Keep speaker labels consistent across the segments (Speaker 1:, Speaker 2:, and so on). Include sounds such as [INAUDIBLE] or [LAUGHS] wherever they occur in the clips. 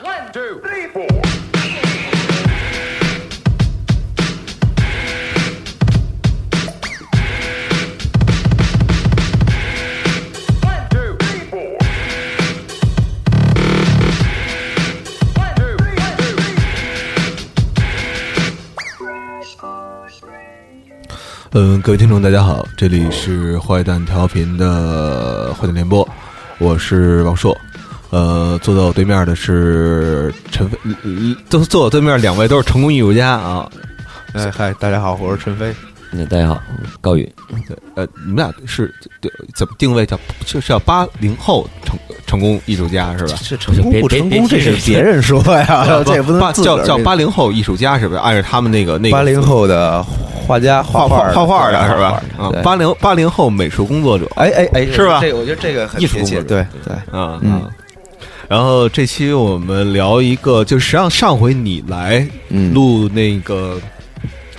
Speaker 1: One, two, three, four.
Speaker 2: 嗯，各位听众，大家好，这里是坏蛋调频的坏蛋联播，我是王硕。呃，坐在我对面的是陈飞，嗯嗯坐坐我对面两位都是成功艺术家啊。
Speaker 3: 哎嗨，大家好，我是陈飞。
Speaker 4: 那嗯大家好，高宇，
Speaker 2: 呃，你们俩是对怎么定位叫？是是叫八零后成成功艺术家
Speaker 3: [LAUGHS]
Speaker 2: 是吧？
Speaker 3: 这成功
Speaker 4: 别
Speaker 3: 不
Speaker 4: 别
Speaker 3: 成功，这
Speaker 4: 别
Speaker 3: 是别
Speaker 4: 别
Speaker 3: 人说呀，呃这也 [LAUGHS] 不
Speaker 2: 八
Speaker 3: 能自个
Speaker 2: 叫
Speaker 3: 儿
Speaker 2: 叫八零后艺术家是不是？按照他们那个那个
Speaker 3: 八零后的画家，画
Speaker 2: 画画
Speaker 3: 的
Speaker 2: 画画的是吧？
Speaker 3: 画
Speaker 2: 啊
Speaker 3: 画的，对
Speaker 2: 八零八零后美术工作者
Speaker 3: 哎哎哎，
Speaker 2: 是吧
Speaker 3: 这个我觉得这个很
Speaker 4: 艺术
Speaker 3: 贴切，
Speaker 4: 工作
Speaker 3: 对
Speaker 4: 者
Speaker 3: 对，
Speaker 2: 啊，
Speaker 3: 嗯
Speaker 2: 啊。然后这期我们聊一个，就实际上上回你来
Speaker 3: 嗯，
Speaker 2: 录那个，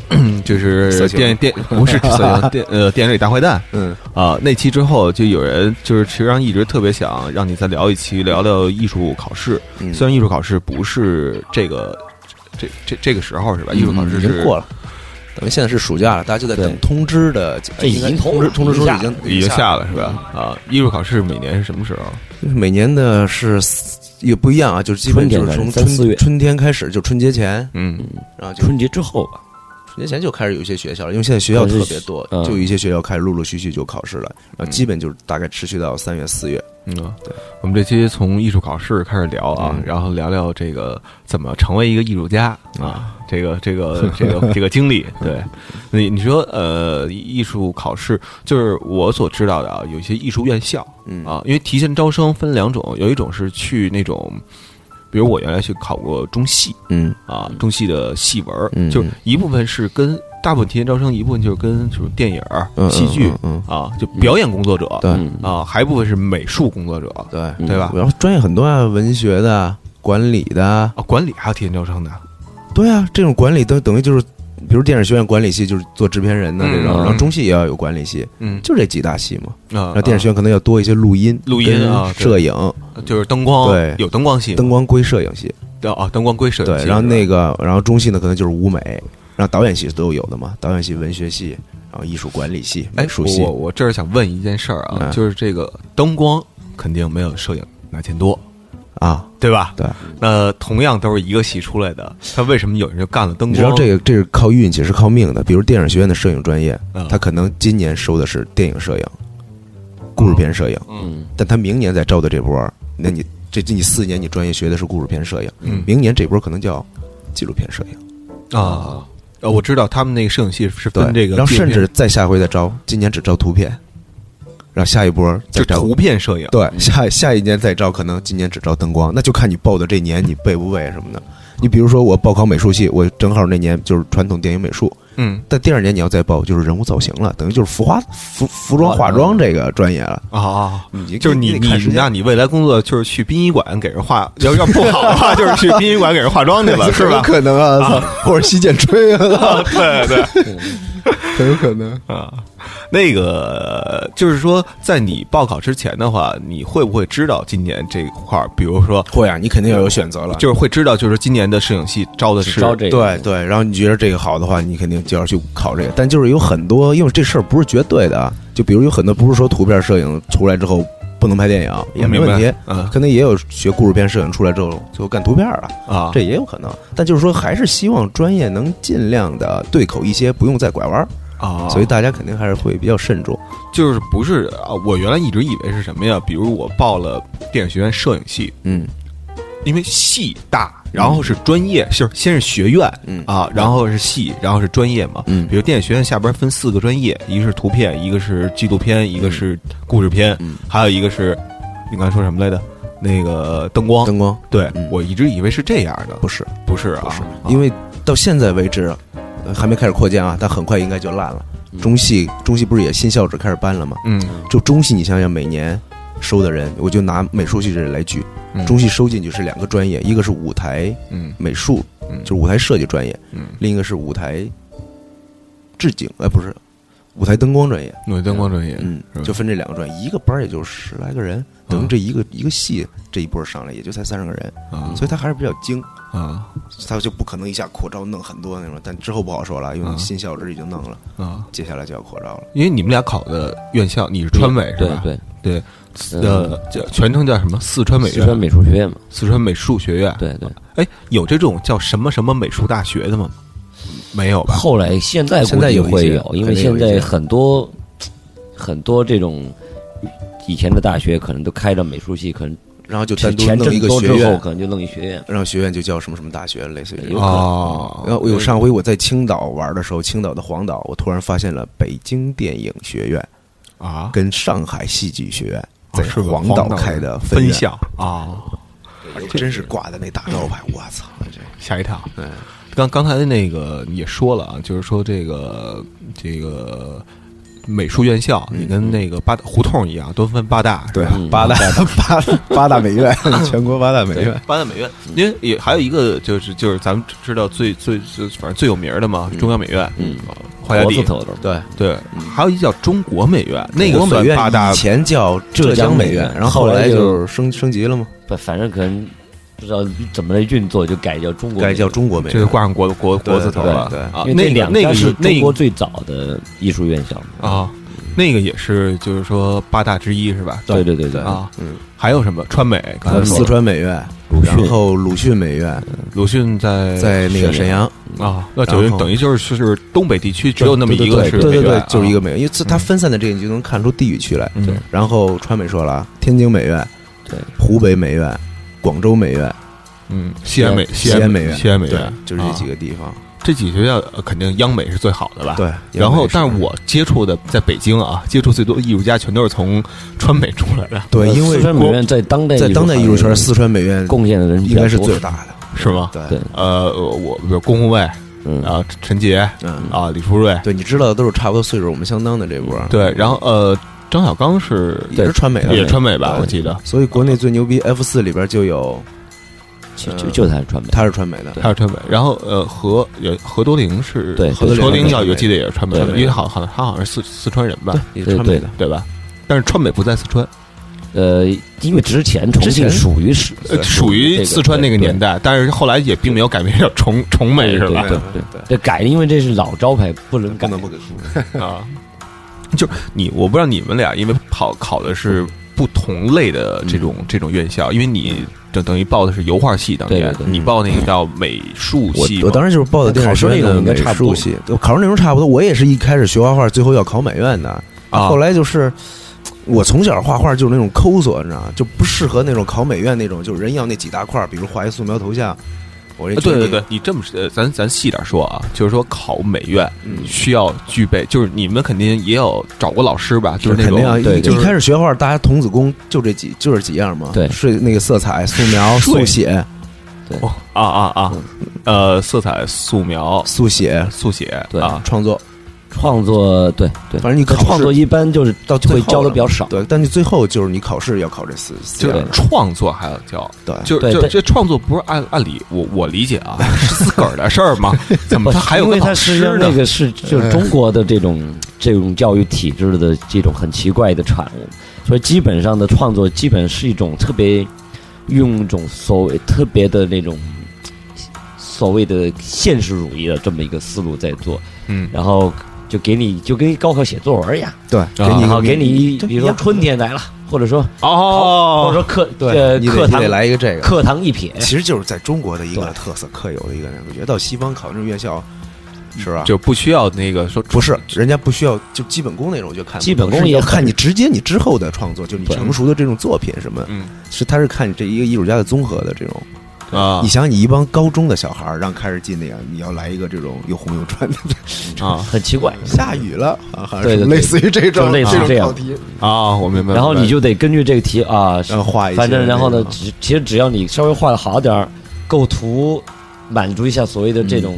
Speaker 2: [CLEARS THROAT] 就是
Speaker 3: 色情
Speaker 2: 电 [LAUGHS] 电不是色情
Speaker 3: [LAUGHS]
Speaker 2: 电呃电影里大坏蛋
Speaker 3: 嗯
Speaker 2: 啊、那期之后就有人就是其实上一直特别想让你再聊一期聊聊艺术考试，
Speaker 3: 嗯
Speaker 2: 虽然艺术考试不是这个这这这个时候是吧？艺术考试是
Speaker 3: 已经过了。等于现在是暑假了，大家就在等
Speaker 4: 对
Speaker 3: 通知的，哎
Speaker 4: 这已经
Speaker 3: 通知通知书已经
Speaker 2: 已经下了是吧？
Speaker 3: 嗯
Speaker 2: 啊，艺术考试每年是什么时候？
Speaker 3: 就是每年的是也不一样啊，就是基本就是从
Speaker 4: 春天开始三四月
Speaker 3: 春春天开始，就春节前，
Speaker 2: 嗯
Speaker 3: 然后就
Speaker 4: 春节之后 [LAUGHS] 吧，
Speaker 3: 春节前就开始有一些学校了，因为现在学校特别多，
Speaker 4: 嗯
Speaker 3: 就有一些学校开始陆陆续续就考试了，然后
Speaker 2: 嗯
Speaker 3: 基本就是大概持续到三月四月。
Speaker 2: 嗯，我们这期从艺术考试开始聊啊，
Speaker 3: 嗯
Speaker 2: 然后聊聊这个怎么成为一个艺术家啊，这个这个 [LAUGHS] 这个这个经
Speaker 3: [LAUGHS]
Speaker 2: 历。对，你你说呃，艺术考试就是我所知道的啊，有一些艺术院校
Speaker 3: 嗯
Speaker 2: 啊，因为提前招生分两种，有一种是去那种，比如我原来去考过中戏
Speaker 3: 嗯
Speaker 2: 啊，中戏的戏文儿，
Speaker 3: 嗯
Speaker 2: 就是一部分是跟大部分提前招生，一部分就是跟就是电影儿、
Speaker 3: 嗯，
Speaker 2: 戏剧
Speaker 3: 嗯，
Speaker 2: 啊，就表演工作者。
Speaker 3: 对
Speaker 4: 嗯，
Speaker 2: 啊，还一部分是美术工作者，
Speaker 3: 对
Speaker 4: 嗯
Speaker 2: 对吧？
Speaker 3: 然后专业很多啊，文学的啊、管理的啊，
Speaker 2: 啊，管理还有提前招生的，
Speaker 3: 对啊，这种管理都等于就是，比如电影学院管理系就是做制片人的这种，
Speaker 2: 嗯
Speaker 3: 然后中戏也要有管理系，
Speaker 2: 嗯，
Speaker 3: 就这几大系嘛。
Speaker 2: 啊
Speaker 3: 然后电影学院可能要多一些嗯录音、
Speaker 2: 录音啊
Speaker 3: 跟
Speaker 2: 对
Speaker 3: 摄影、
Speaker 2: 啊就是灯光，
Speaker 3: 对
Speaker 2: 有灯光系，
Speaker 3: 灯光归摄影系。
Speaker 2: 啊，灯光归摄影
Speaker 3: 对，
Speaker 2: 系，
Speaker 3: 然后那
Speaker 2: 个
Speaker 3: 个，然后中戏呢，可能就是舞美，然后导演系都有的嘛，导演系、文学系，然后艺术管理系、
Speaker 2: 哎
Speaker 3: 美，术系
Speaker 2: 我，我这儿想问一件事儿啊，
Speaker 3: 嗯
Speaker 2: 就是这个灯光肯定没有摄影拿钱多，
Speaker 3: 啊，
Speaker 2: 对吧？
Speaker 3: 对。
Speaker 2: 那同样都是一个系出来的，他为什么有人就干了灯
Speaker 3: 你知道
Speaker 2: 光？
Speaker 3: 这个这是靠运气，是靠命的。比如电影学院的摄影专业，
Speaker 2: 嗯
Speaker 3: 他可能今年收的是电影摄影、故事片摄影，
Speaker 4: 嗯，
Speaker 3: 但他明年再招的这波儿，那你这这你四年你专业学的是故事片摄影，
Speaker 2: 嗯
Speaker 3: 明年这波可能叫纪录片摄影，
Speaker 2: 啊，呃我知道他们那个摄影系是
Speaker 3: 对，
Speaker 2: 分这个
Speaker 3: 然
Speaker 2: 纪录片，
Speaker 3: 后甚至再下回再招，今年只招图片，然后下一波
Speaker 2: 就
Speaker 3: 再招
Speaker 2: 图片摄影，
Speaker 3: 对，下下一年再招，可能今年只招灯光，那就看你报的这年你背不背什么的。你比如说我报考美术系，我正好那年就是传统电影美术，
Speaker 2: 嗯
Speaker 3: 但第二年你要再报就是人物造型了，等于就是服化服服装化妆这个专业了。
Speaker 2: 啊。
Speaker 3: 哦嗯你
Speaker 2: 就是你
Speaker 3: 得
Speaker 2: 你
Speaker 3: 看时间
Speaker 2: 那你未来工作就是去殡仪馆给人化，要要不好的话就是去殡仪馆给人化妆去
Speaker 3: [LAUGHS]
Speaker 2: 了，是
Speaker 3: 很有
Speaker 2: 吧？
Speaker 3: 可能啊，操或者洗剪吹啊， [LAUGHS]
Speaker 2: 啊对对。
Speaker 3: 很有可能。
Speaker 2: 啊，那个就是说，在你报考之前的话，你会不会知道今年这块儿，比如说，
Speaker 3: 会啊，你肯定要有选择了。
Speaker 2: 就是会知道，就是今年的摄影系招的
Speaker 4: 只
Speaker 2: 是
Speaker 4: 招这
Speaker 3: 对
Speaker 4: 个，
Speaker 3: 对，然后你觉得这个好的话，你肯定就要去考这个。但就是有很多，因为这事儿不是绝对的啊，就比如有很多不是说图片摄影出来之后不能拍电影也没问题，
Speaker 2: 嗯
Speaker 3: 可能也有学故事片摄影出来之后就干图片了，
Speaker 2: 啊，
Speaker 3: 这也有可能。但就是说，还是希望专业能尽量的对口一些，不用再拐弯儿。
Speaker 2: 啊，
Speaker 3: 所以大家肯定还是会比较慎重。
Speaker 2: 就是不是啊？我原来一直以为是什么呀？比如我报了电影学院摄影系，
Speaker 3: 嗯
Speaker 2: 因为系大，然后是专业，就是先是学院
Speaker 3: 嗯
Speaker 2: 啊，然后是系，然后是专业嘛。
Speaker 3: 嗯
Speaker 2: 比如电影学院下边分四个专业，一个是图片，一个是纪录片，一个是故事片，
Speaker 3: 嗯
Speaker 2: 还有一个是你刚才说什么来着？那个灯光，
Speaker 3: 灯光
Speaker 2: 对、
Speaker 3: 嗯
Speaker 2: 我一直以为是这样的，
Speaker 3: 不是
Speaker 2: 不是啊，
Speaker 4: 嗯
Speaker 3: 不是
Speaker 2: 啊，
Speaker 3: 因为到现在为止呃还没开始扩建啊，但很快应该就烂了。中戏中戏不是也新校址开始搬了吗？
Speaker 2: 嗯
Speaker 3: 就中戏，你想想每年收的人，我就拿美术系这来举，
Speaker 2: 嗯
Speaker 3: 中戏收进去是两个专业，一个是舞台
Speaker 2: 嗯
Speaker 3: 美术，
Speaker 2: 嗯
Speaker 3: 就是舞台设计专业，
Speaker 2: 嗯
Speaker 3: 另一个是舞台置景，哎，不是。舞台灯光专业，
Speaker 2: 努力灯光专业，
Speaker 3: 嗯
Speaker 2: 是吧，
Speaker 3: 就分这两个专业，一个班儿也就十来个人，等于这一个一个系这一波上来也就才三十个人，
Speaker 2: 啊
Speaker 3: 所以他还是比较精，
Speaker 2: 啊
Speaker 3: 他就不可能一下扩招弄很多那种，但之后不好说了，因
Speaker 2: 嗯
Speaker 3: 为新校制已经弄了，
Speaker 2: 啊！
Speaker 3: 接下来就要扩招了。
Speaker 2: 因为你们俩考的院校，你是川美是
Speaker 4: 对
Speaker 2: 吧？
Speaker 4: 对，嗯
Speaker 2: 对呃，叫全称叫什么？四川美
Speaker 4: 四川
Speaker 2: 院，
Speaker 4: 美术学院嘛，
Speaker 2: 四川美术学院。
Speaker 4: 对对。
Speaker 2: 哎，有这种叫什么什么美术大学的吗？没有吧？
Speaker 4: 后来现在
Speaker 3: 现
Speaker 4: 估
Speaker 3: 在
Speaker 4: 计
Speaker 3: 有一
Speaker 4: 会
Speaker 3: 些
Speaker 4: 有，因为
Speaker 3: 肯定有
Speaker 4: 现
Speaker 3: 一些
Speaker 4: 在很多很多这种以前的大学可能都开着美术系，可能
Speaker 3: 然后就单
Speaker 4: 前
Speaker 3: 独
Speaker 4: 前
Speaker 3: 弄一
Speaker 4: 正
Speaker 3: 个
Speaker 4: 多
Speaker 3: 学
Speaker 4: 之后，
Speaker 3: 院，
Speaker 4: 可能就弄一学院。
Speaker 3: 然后学院就叫什么什么大学，类似于这
Speaker 4: 有
Speaker 3: 种。
Speaker 4: 可能
Speaker 2: 哦，
Speaker 3: 然后我有上回我在青岛玩的时候，青岛的黄岛，我突然发现了北京电影学院
Speaker 2: 啊，
Speaker 3: 跟上海戏剧学院呃在
Speaker 2: 是吧
Speaker 3: 哦黄
Speaker 2: 岛
Speaker 3: 岛开的分
Speaker 2: 分
Speaker 3: 院，
Speaker 2: 校啊，
Speaker 3: 而且真是挂的那大招牌，我操！这
Speaker 2: 吓一跳。
Speaker 3: 嗯
Speaker 2: 刚刚才的那个也说了啊，就是说这个这个美术院校，你跟那个八大胡同一样，都分八大，是吧
Speaker 3: 对
Speaker 4: 嗯
Speaker 3: 八大 [LAUGHS] 八八大美院，全国八大美院，
Speaker 2: 八大美院，因为也还有一个就是就是咱们知道最最最反正最有名儿的嘛，中央美院，
Speaker 4: 嗯，
Speaker 2: 华夏
Speaker 4: 国字
Speaker 2: 地，
Speaker 4: 头的，
Speaker 3: 对。
Speaker 2: 对，还有一叫中国美院，那
Speaker 3: 嗯国
Speaker 2: 个
Speaker 3: 美
Speaker 2: 算
Speaker 3: 院
Speaker 2: 八大
Speaker 3: 以前叫浙江美院，然后后来就是升升级了嘛，
Speaker 4: 不，反正可能不知道怎么来运作，就改叫中国美
Speaker 3: 改
Speaker 4: 院。
Speaker 3: 叫中国美
Speaker 2: 这
Speaker 3: 院
Speaker 2: 就。挂上国国国字头了，
Speaker 3: 对对对
Speaker 2: 啊，
Speaker 4: 因为
Speaker 2: 那
Speaker 4: 这
Speaker 2: 个
Speaker 4: 两
Speaker 2: 那
Speaker 4: 家
Speaker 2: 个
Speaker 4: 是
Speaker 2: 是
Speaker 4: 中
Speaker 2: 那
Speaker 4: 国
Speaker 2: 个
Speaker 4: 最早的艺术院校。
Speaker 2: 啊，那个也是就是说八大之一是吧？
Speaker 4: 对对对对，
Speaker 2: 啊，
Speaker 3: 嗯，
Speaker 2: 还有什么川美？刚才
Speaker 3: 呃
Speaker 2: 说
Speaker 3: 四
Speaker 2: 了
Speaker 3: 川美院，
Speaker 4: 鲁迅
Speaker 3: 然后鲁迅美院
Speaker 2: 鲁迅在
Speaker 3: 在那个沈阳，
Speaker 2: 啊，那
Speaker 3: 然
Speaker 2: 等
Speaker 3: 后
Speaker 2: 于等于就是就是东北地区只有那么一个
Speaker 3: 对
Speaker 2: 是
Speaker 3: 对对
Speaker 2: 美啊
Speaker 3: 对对
Speaker 2: 院
Speaker 3: 对，就是一
Speaker 2: 个
Speaker 3: 个美院，因为嗯自它分散的这个你就能看出地域区来。
Speaker 2: 对
Speaker 3: 然后川美说了啊，天津美院、
Speaker 4: 对，
Speaker 3: 湖北美院、广州美院、
Speaker 2: 嗯，西安美
Speaker 3: 西
Speaker 2: 安
Speaker 3: 安
Speaker 2: 美
Speaker 3: 美院
Speaker 2: 西安美
Speaker 3: 对
Speaker 2: 院，啊
Speaker 3: 就是这几
Speaker 2: 个
Speaker 3: 个地方。
Speaker 2: 这几个学校呃肯定央美是最好的吧？。
Speaker 3: 对，
Speaker 2: 啊然后，但
Speaker 3: 是
Speaker 2: 是我接触的在北京啊，接触最多的艺术家全都是从川美出来的，
Speaker 3: 对，因为
Speaker 4: 呃四川美
Speaker 3: 国
Speaker 4: 院在当代
Speaker 3: 在当代艺术圈，
Speaker 4: 行业
Speaker 3: 四川美院
Speaker 4: 贡献的人比
Speaker 3: 应
Speaker 4: 较
Speaker 3: 该是
Speaker 4: 多
Speaker 3: 最大的。
Speaker 2: 是吗？
Speaker 3: 对
Speaker 4: 对
Speaker 2: 呃，我比如龚宏卫
Speaker 4: 嗯
Speaker 2: 啊，陈杰
Speaker 3: 嗯，
Speaker 2: 啊，李福瑞，
Speaker 3: 对，你知道的都是差不多岁数，我们相当的这波。
Speaker 2: 对，然后呃，张小刚是
Speaker 3: 也是川美
Speaker 2: 也
Speaker 3: 的。
Speaker 2: 川美吧？
Speaker 3: 对
Speaker 2: 我记得
Speaker 3: 所以国内最牛逼 F 四里边就有
Speaker 4: 就就就他川美，
Speaker 3: 他是川美的，
Speaker 2: 他是川美，然后呃，何也何多林是
Speaker 4: 对
Speaker 2: 何
Speaker 3: 何多
Speaker 2: 林
Speaker 3: 林
Speaker 2: 要
Speaker 3: 是
Speaker 2: 我记得也是川美
Speaker 4: 对
Speaker 2: 的，
Speaker 4: 对
Speaker 2: 因为好好像他好像是四四川人吧，
Speaker 3: 也是川美的。
Speaker 2: 对吧？但是川美不在四川，
Speaker 4: 呃，因为之前重
Speaker 3: 之
Speaker 4: 庆
Speaker 3: 前
Speaker 4: 属于是
Speaker 2: 呃，属于四川那个年
Speaker 4: 代，
Speaker 2: 代，但是后来也并没有改名叫崇崇美是吧？
Speaker 4: 对
Speaker 3: 对对，
Speaker 4: 这改，因为这是老招牌，不能
Speaker 3: 不
Speaker 4: 改。
Speaker 3: 能不给。
Speaker 2: 啊，就是你，我不知道你们俩，因为考考的是不同类的这种、这种院校，因为你等等于报的是油画系，当
Speaker 4: 对
Speaker 2: 年
Speaker 4: 对
Speaker 2: 你报那个叫美术
Speaker 3: 我
Speaker 2: 系吗，
Speaker 3: 我当时就是报的电影学院的美术系，我考上那种差不多。我也是一开始学画画，最后要考美院的。
Speaker 2: 啊，
Speaker 3: 后来就是我从小画画就是那种抠索，你知道吗？就不适合那种考美院那种，就是人要那几大块儿，比如画一素描头像。我这
Speaker 2: 呃对对对，，你这么呃，咱咱细点说啊，就是说考美院
Speaker 3: 嗯
Speaker 2: 需要具备，就是你们肯定也有找过老师吧，就是那
Speaker 3: 肯
Speaker 2: 种
Speaker 3: 定啊！
Speaker 4: 对
Speaker 3: 一
Speaker 4: 就是
Speaker 3: 一开始学画，大家童子功就这几就这几样嘛。
Speaker 4: 对
Speaker 3: 是那个色彩、素描、速
Speaker 2: 睡
Speaker 3: 写、
Speaker 2: 哦啊啊啊，
Speaker 4: 嗯
Speaker 2: 呃，色彩、素描、
Speaker 3: 速写、
Speaker 2: 速写
Speaker 4: 对
Speaker 2: 啊，
Speaker 3: 创作，
Speaker 4: 创作，对对，
Speaker 3: 反正你考试
Speaker 4: 创作一般就是
Speaker 3: 到最后
Speaker 4: 会教的比较少。
Speaker 3: 对，但你最后就是你考试要考这四四
Speaker 2: 就
Speaker 3: 样
Speaker 2: 是
Speaker 4: 对啊
Speaker 2: 创作还要教，
Speaker 3: 对，
Speaker 2: 就
Speaker 4: 对
Speaker 2: 就
Speaker 4: 对
Speaker 2: 这创作不是按按理我我理解啊，是自个儿的事儿
Speaker 4: [LAUGHS]
Speaker 2: 吗？怎么他还有
Speaker 4: 因
Speaker 2: 个
Speaker 4: 为它
Speaker 2: 老
Speaker 4: 实际上
Speaker 2: 师
Speaker 4: 那
Speaker 2: 呢？
Speaker 4: 个是就是中国的这种这种教育体制的这种很奇怪的产物，所以基本上的创作基本是一种特别用一种所谓特别的那种所谓的现实主义的这么一个思路在做，
Speaker 2: 嗯
Speaker 4: 然后就给你就跟高考写作文一样，
Speaker 3: 对，给你一
Speaker 4: 然
Speaker 3: 个
Speaker 4: 后给你一
Speaker 3: 对
Speaker 4: 比如
Speaker 3: 一
Speaker 4: 说
Speaker 3: 样
Speaker 4: 春天来了，或者说或者
Speaker 2: 哦，
Speaker 4: 说课
Speaker 3: 对，
Speaker 4: 呃
Speaker 3: 你得
Speaker 4: 课
Speaker 3: 你得
Speaker 4: 堂
Speaker 3: 来一个这个。
Speaker 4: 课堂一瞥，
Speaker 3: 哎其实就是在中国的一个
Speaker 4: 对
Speaker 3: 特色，特有的一个那个。我觉得到西方考那种院校，是吧？
Speaker 2: 就不需要那个说
Speaker 3: 不是，人家不需要就基本功那种，我就看不懂
Speaker 4: 基本功
Speaker 3: 是
Speaker 4: 也
Speaker 3: 要
Speaker 4: 很
Speaker 3: 看你直接你之后的创作，就你
Speaker 4: 对
Speaker 3: 成熟的这种作品什么，
Speaker 2: 嗯
Speaker 3: 是他是看你这一个艺术家的综合的这种。
Speaker 2: 啊
Speaker 3: 你想，你一帮高中的小孩儿让开始进那个，你要来一个这种又红又专的， [LAUGHS]
Speaker 2: 啊
Speaker 4: 很奇怪。
Speaker 3: 下雨了，啊好像是
Speaker 4: 对对对
Speaker 3: 类似于这种
Speaker 4: 就类似于
Speaker 3: 种
Speaker 4: 这样
Speaker 3: 考题，
Speaker 2: 啊，我明白。
Speaker 4: 然后
Speaker 2: 明白
Speaker 4: 你就得根据这个题啊，
Speaker 3: 然后画一些
Speaker 4: 反正然后呢
Speaker 3: 那，种
Speaker 4: 只其实只要你稍微画的好点儿，构图满足一下所谓的
Speaker 2: 嗯
Speaker 4: 这种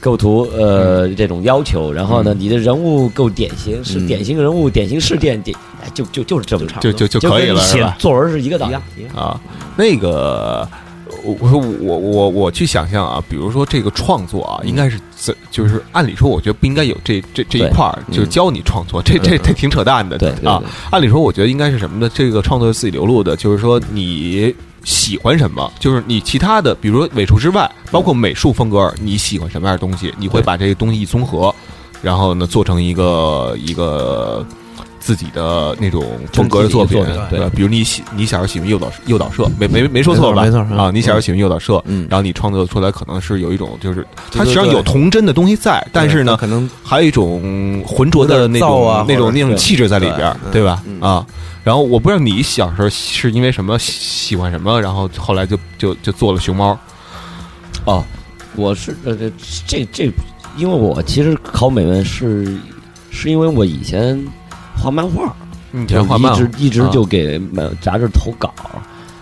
Speaker 4: 构图呃这种要求，然后
Speaker 2: 嗯
Speaker 4: 呢，你的人物够典型，是
Speaker 3: 嗯
Speaker 4: 典型人物、典型事件，典哎就就就是这么长，
Speaker 2: 就就就可以
Speaker 4: 跟
Speaker 2: 了，
Speaker 4: 你
Speaker 2: 是
Speaker 4: 写
Speaker 2: 吧？
Speaker 4: 作文是一个道
Speaker 3: 一
Speaker 4: 理
Speaker 3: 样。一样。
Speaker 2: 啊啊，那个我我我我我去想象啊，比如说这个创作啊，应该是怎就是按理说，我觉得不应该有这这这一
Speaker 4: 嗯对
Speaker 2: 块儿，就
Speaker 3: 嗯
Speaker 2: 教你创作，这这这挺扯淡的，
Speaker 4: 对对
Speaker 2: 啊
Speaker 4: 对。
Speaker 2: 按理说，我觉得应该是什么呢？这个创作是自己流露的，就是说你喜欢什么，就是你其他的，比如说美术之外，包括美术风格，你喜欢什么样的东西，你会把这个东西一综合，然后呢，做成一个一个。自己的那种风格的作品
Speaker 4: 就是自己的作，品
Speaker 2: 吧比如你喜你小时候喜欢诱导诱导社，没没没说
Speaker 3: 没错
Speaker 2: 错吧？
Speaker 3: 没错
Speaker 2: 啊，你小时候喜欢诱导社，
Speaker 3: 嗯，
Speaker 2: 然后你创作出来可能是有一种就是它
Speaker 3: 对
Speaker 2: 实际
Speaker 3: 对
Speaker 2: 上
Speaker 3: 对
Speaker 2: 有童真的东西在，但是呢，
Speaker 3: 可能
Speaker 2: 还有一种浑浊的那
Speaker 3: 有点燥
Speaker 2: 种、
Speaker 3: 啊
Speaker 2: 那
Speaker 3: 或
Speaker 2: 种
Speaker 3: 者
Speaker 2: 那种
Speaker 4: 对
Speaker 2: 气质在里边儿，
Speaker 3: 对
Speaker 2: 对吧？
Speaker 3: 嗯
Speaker 2: 啊，然后我不知道你小时候是因为什么喜欢什么，然后后来就就就做了熊猫，
Speaker 4: 哦，我是呃这这这，因为我其实考美文是是因为我以前画漫画，
Speaker 3: 嗯
Speaker 2: 你全画
Speaker 4: 就
Speaker 2: 漫
Speaker 4: 一
Speaker 2: 画
Speaker 4: 直一直
Speaker 2: 啊
Speaker 4: 就给漫杂志投稿，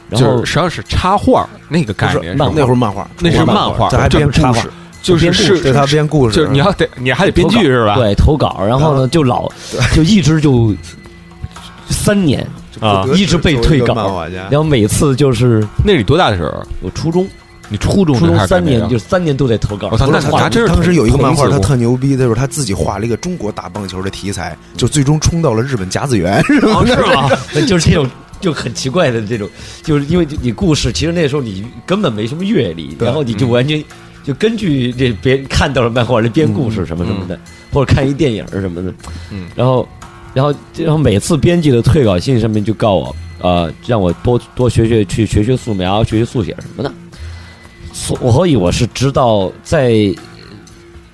Speaker 4: 然
Speaker 2: 就
Speaker 4: 后
Speaker 2: 是实际上是插画那个
Speaker 3: 不
Speaker 2: 概
Speaker 3: 是
Speaker 2: 念，
Speaker 4: 漫
Speaker 2: 吧
Speaker 3: 那会儿漫画，
Speaker 2: 那是
Speaker 3: 纯
Speaker 2: 漫画
Speaker 3: 这还
Speaker 2: 这
Speaker 3: 编
Speaker 2: 不是
Speaker 3: 故
Speaker 2: 漫
Speaker 3: 事，
Speaker 2: 就是
Speaker 4: 编故
Speaker 2: 是
Speaker 4: 事
Speaker 3: 对他编故事，
Speaker 2: 就是你要得你还得编
Speaker 4: 投稿
Speaker 2: 剧是吧？
Speaker 4: 对，投稿，然后呢就
Speaker 2: [LAUGHS]
Speaker 4: 老就一直就三年，
Speaker 2: 啊
Speaker 4: 一直被退稿
Speaker 3: 漫画家
Speaker 4: 然后每次就是
Speaker 2: 那是你多大的时候？
Speaker 4: 我初中
Speaker 2: 你初中就
Speaker 4: 初中
Speaker 2: 开始干
Speaker 4: 三
Speaker 2: 这
Speaker 4: 年
Speaker 2: 个
Speaker 4: 就是三年都在投稿
Speaker 2: 我，操，
Speaker 3: 不
Speaker 2: 那
Speaker 3: 是
Speaker 2: 咱
Speaker 3: 他
Speaker 2: 真是
Speaker 3: 当时有一个
Speaker 2: 童
Speaker 3: 漫画，
Speaker 2: 子
Speaker 3: 他
Speaker 2: 功
Speaker 3: 特牛逼，就是他自己画了一个中国打棒球的题材，就最终冲到了日本甲子园，是吧
Speaker 2: 哦是吗？
Speaker 4: [LAUGHS] 就是这种就很奇怪的这种，就是因为你故事，其实那时候你根本没什么阅历，
Speaker 3: 对
Speaker 4: 然后你就完全就根据这别人看到了漫画来编故事什么什么的，或者看一电影什么的，
Speaker 2: 嗯，
Speaker 4: 然后然后然后每次编辑的退稿信上面就告我，呃，让我多多学学去学学素描，学学速写什么的，所以我是知道在，